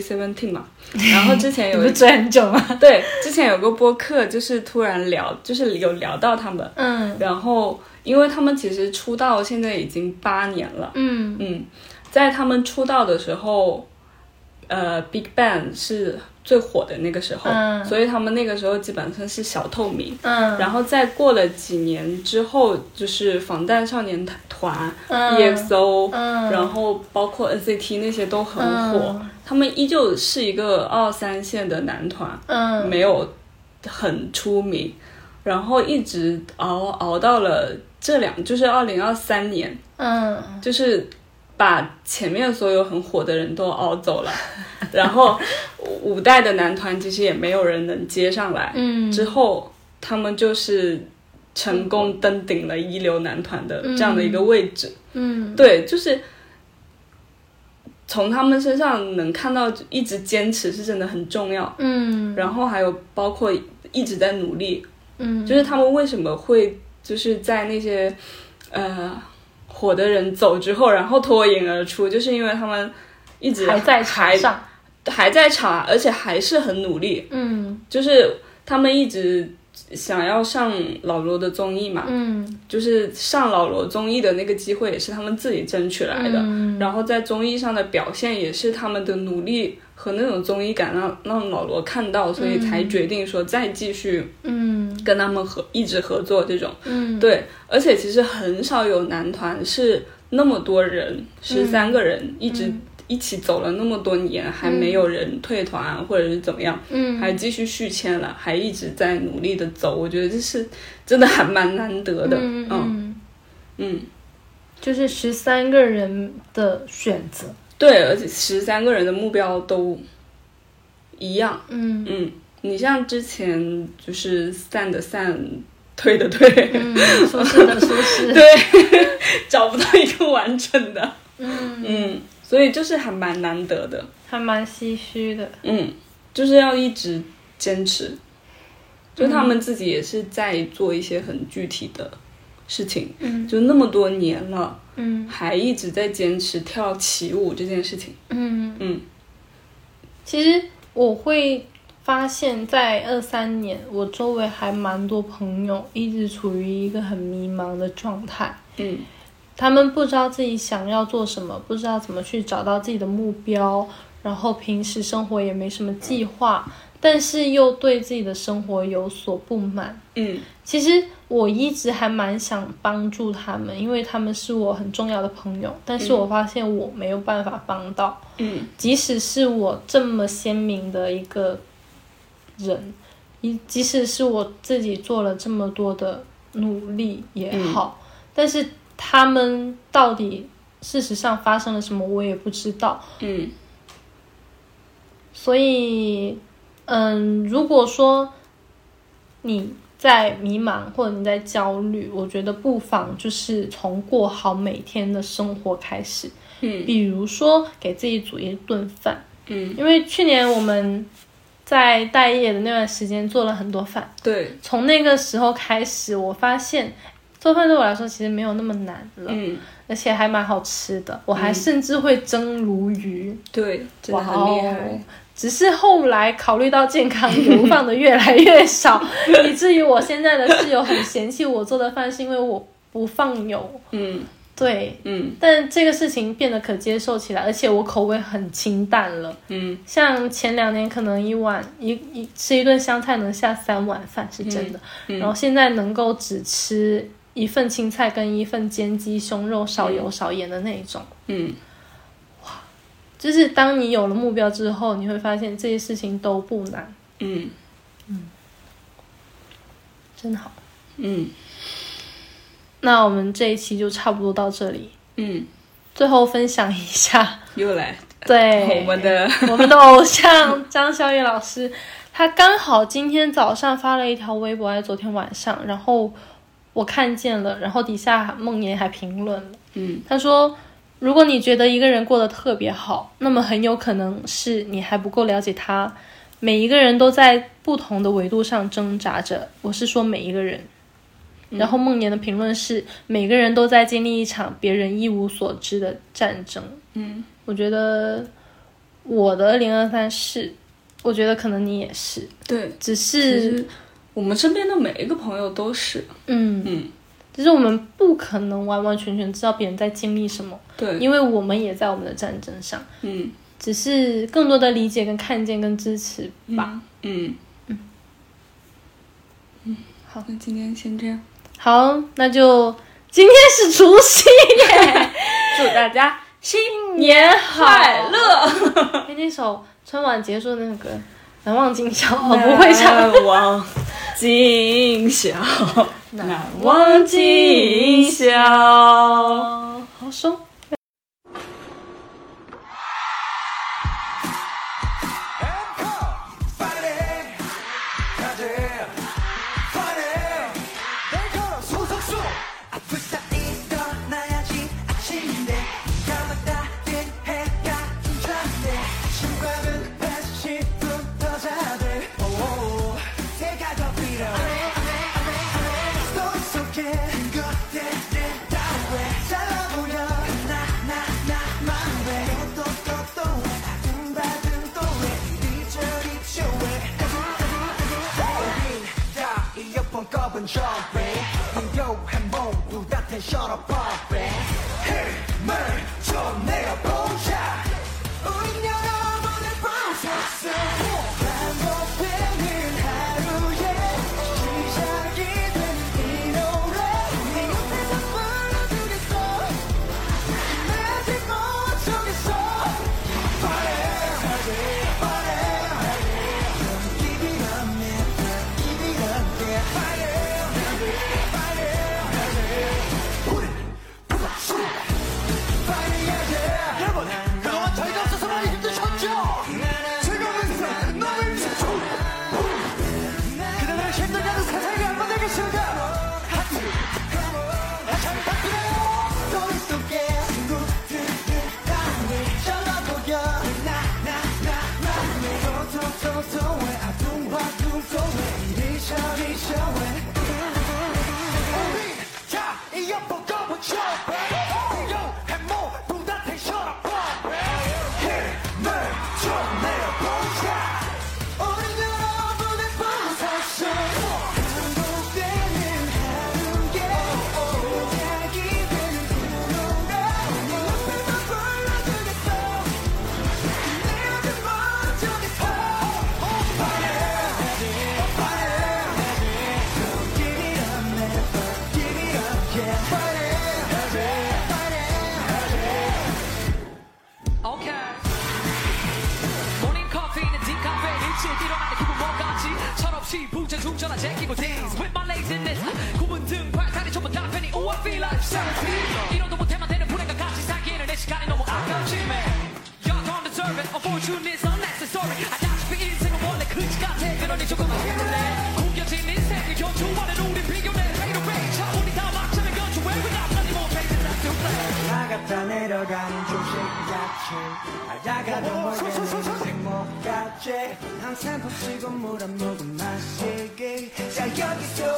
[SPEAKER 2] Seventeen 嘛，然后之前
[SPEAKER 3] 你
[SPEAKER 2] 有
[SPEAKER 3] 不
[SPEAKER 2] 一
[SPEAKER 3] 是追很久吗？
[SPEAKER 2] 对之前有个播客，就是突然聊，就是有聊到他们。
[SPEAKER 3] 嗯
[SPEAKER 2] 然后，因为他们其实出道现在已经八年了，
[SPEAKER 3] 嗯
[SPEAKER 2] 嗯，在他们出道的时候，呃，Big Bang 是最火的那个时候，
[SPEAKER 3] 嗯
[SPEAKER 2] 所以他们那个时候基本上是小透明。
[SPEAKER 3] 嗯
[SPEAKER 2] 然后再过了几年之后，就是防弹少年团、E
[SPEAKER 3] 嗯
[SPEAKER 2] EXO，、
[SPEAKER 3] 嗯
[SPEAKER 2] 然后包括 NCT 那些都很火，
[SPEAKER 3] 嗯
[SPEAKER 2] 他们依旧是一个二三线的男团，
[SPEAKER 3] 嗯，
[SPEAKER 2] 没有很出名，然后一直熬熬到了这两，就是二零二三年，
[SPEAKER 3] 嗯，
[SPEAKER 2] 就是把前面所有很火的人都熬走了， 然后五代的男团其实也没有人能接上来，
[SPEAKER 3] 嗯
[SPEAKER 2] 之后他们就是成功登顶了一流男团的这样的一个位置，
[SPEAKER 3] 嗯，
[SPEAKER 2] 对，就是从他们身上能看到一直坚持是真的很重要，
[SPEAKER 3] 嗯，
[SPEAKER 2] 然后还有包括一直在努力，
[SPEAKER 3] 嗯，
[SPEAKER 2] 就是他们为什么会就是在那些呃火的人走之后，然后脱颖而出，就是因为他们一直
[SPEAKER 3] 还在场
[SPEAKER 2] 还
[SPEAKER 3] 上，
[SPEAKER 2] 还在场，而且还是很努力，
[SPEAKER 3] 嗯
[SPEAKER 2] 就是他们一直想要上老罗的综艺嘛，
[SPEAKER 3] 嗯，
[SPEAKER 2] 就是上老罗综艺的那个机会也是他们自己争取来的，
[SPEAKER 3] 嗯
[SPEAKER 2] 然后在综艺上的表现也是他们的努力和那种综艺感让让老罗看到，所以才决定说再继续
[SPEAKER 3] 嗯
[SPEAKER 2] 跟他们合一直合作这种。
[SPEAKER 3] 嗯，
[SPEAKER 2] 对，而且其实很少有男团是那么多人，十
[SPEAKER 3] 嗯
[SPEAKER 2] 三个人一直一起走了那么多年，还没有人退团啊或者是怎么样，
[SPEAKER 3] 嗯
[SPEAKER 2] 还继续续签了，还一直在努力的走。我觉得这是真的还蛮难得的。
[SPEAKER 3] 嗯
[SPEAKER 2] 嗯
[SPEAKER 3] 嗯，
[SPEAKER 2] 嗯，
[SPEAKER 3] 就是十三个人的选择，
[SPEAKER 2] 对，而且十三个人的目标都一样。
[SPEAKER 3] 嗯
[SPEAKER 2] 嗯，你像之前就是散的散，退 的退，
[SPEAKER 3] 嗯，舒适的舒适，
[SPEAKER 2] 对， 找不到一个完整的。
[SPEAKER 3] 嗯，
[SPEAKER 2] 嗯，所以就是还蛮难得的。
[SPEAKER 3] 还蛮唏嘘的，
[SPEAKER 2] 嗯，就是要一直坚持。就他们自己也是在做一些很具体的事情，
[SPEAKER 3] 嗯
[SPEAKER 2] 就那么多年了，
[SPEAKER 3] 嗯
[SPEAKER 2] 还一直在坚持跳起舞这件事情。
[SPEAKER 3] 嗯。
[SPEAKER 2] 嗯
[SPEAKER 3] 其实我会发现，在二三年，我周围还蛮多朋友一直处于一个很迷茫的状态，
[SPEAKER 2] 嗯
[SPEAKER 3] 他们不知道自己想要做什么，不知道怎么去找到自己的目标，然后平时生活也没什么计划，但是又对自己的生活有所不满。
[SPEAKER 2] 嗯
[SPEAKER 3] 其实我一直还蛮想帮助他们，因为他们是我很重要的朋友，但是我发现我没有办法帮到。
[SPEAKER 2] 嗯
[SPEAKER 3] 即使是我这么鲜明的一个人，一即使是我自己做了这么多的努力也好，但是他们到底事实上发生了什么，我也不知道。
[SPEAKER 2] 嗯
[SPEAKER 3] 所以，嗯，如果说你在迷茫或者你在焦虑，我觉得不妨就是从过好每天的生活开始，
[SPEAKER 2] 嗯
[SPEAKER 3] 比如说给自己煮一顿饭。
[SPEAKER 2] 嗯，
[SPEAKER 3] 因为去年我们在待业的那段时间做了很多饭，
[SPEAKER 2] 对，
[SPEAKER 3] 从那个时候开始，我发现做饭对我来说其实没有那么难了，
[SPEAKER 2] 嗯
[SPEAKER 3] 而且还蛮好吃的。我还甚至会蒸鲈鱼，
[SPEAKER 2] 对，真的
[SPEAKER 3] 哇
[SPEAKER 2] 很厉
[SPEAKER 3] 哦
[SPEAKER 2] 害。！
[SPEAKER 3] 只是后来考虑到健康油放的越来越少，以至于我现在的室友很嫌弃我做的饭是因为我不放油。
[SPEAKER 2] 嗯
[SPEAKER 3] 对，
[SPEAKER 2] 嗯
[SPEAKER 3] 但这个事情变得可接受起来，而且我口味很清淡了。
[SPEAKER 2] 嗯
[SPEAKER 3] 像前两年可能一碗一一吃一顿香菜能下三碗饭是真的，
[SPEAKER 2] 嗯
[SPEAKER 3] 然后现在能够只吃一份青菜跟一份煎鸡胸肉，少油少盐的那一种。
[SPEAKER 2] 嗯
[SPEAKER 3] 就是当你有了目标之后，你会发现这些事情都不难，
[SPEAKER 2] 嗯
[SPEAKER 3] 真好。
[SPEAKER 2] 嗯
[SPEAKER 3] 那我们这一期就差不多到这里，
[SPEAKER 2] 嗯，
[SPEAKER 3] 最后分享一下，
[SPEAKER 2] 又来
[SPEAKER 3] 对
[SPEAKER 2] 我们的，
[SPEAKER 3] 我们的偶像张小雨老师，他刚好今天早上发了一条微博，还是昨天晚上，然后我看见了，然后底下梦妍还评论了，
[SPEAKER 2] 嗯
[SPEAKER 3] 他说：“如果你觉得一个人过得特别好，那么很有可能是你还不够了解他。每一个人都在不同的维度上挣扎着，我是说每一个人。”
[SPEAKER 2] 嗯
[SPEAKER 3] 然后梦妍的评论是：“每个人都在经历一场别人一无所知的战争。”
[SPEAKER 2] 嗯
[SPEAKER 3] 我觉得我的二零二三是，我觉得可能你也是，
[SPEAKER 2] 对，
[SPEAKER 3] 只
[SPEAKER 2] 其
[SPEAKER 3] 是
[SPEAKER 2] 实我们身边的每一个朋友都是，
[SPEAKER 3] 嗯，
[SPEAKER 2] 嗯
[SPEAKER 3] 只是我们不可能完完全全知道别人在经历什么，
[SPEAKER 2] 对，
[SPEAKER 3] 因为我们也在我们的战争上，
[SPEAKER 2] 嗯
[SPEAKER 3] 只是更多的理解跟看见跟支持吧。
[SPEAKER 2] 吧，嗯嗯嗯，
[SPEAKER 3] 好，
[SPEAKER 2] 那今天先这样，
[SPEAKER 3] 好，那就今天是除夕耶，
[SPEAKER 2] 祝大家新
[SPEAKER 3] 年好
[SPEAKER 2] 快乐。
[SPEAKER 3] 哎，那首春晚结束的那个《难忘今宵》，我 不会唱。
[SPEAKER 2] 难忘今宵，难忘今宵。
[SPEAKER 3] 哦，好松。
[SPEAKER 4] 음.
[SPEAKER 5] Okay. 모닝 커피는 디카페 일찍 일어나는 기분 뭔가지 철없이 부채 중전화 제끼고 dance with my laziness 구분 등팔 다리 전부 다 팬이 Oh I feel like 17 이러도 못해만 되는 불행과 같이 살기에는 내 시간이 너무 아깝지 man Y'all don't deserve it Unfortunate is unnecessary 아다시피 인생은 원래 그지 같아 그러니 조금만 힘내 구겨진 인생을 연주하는 우리 비교내 Fade away 자 우리 다 막자는 건지 왜 그냥 나니 못 베이지 나 do play
[SPEAKER 4] 나갔다 내려가는 조식같이 아야가도 모르겠는 생목같이 항상 퍼치고 물한 모금 마시기 자 여기서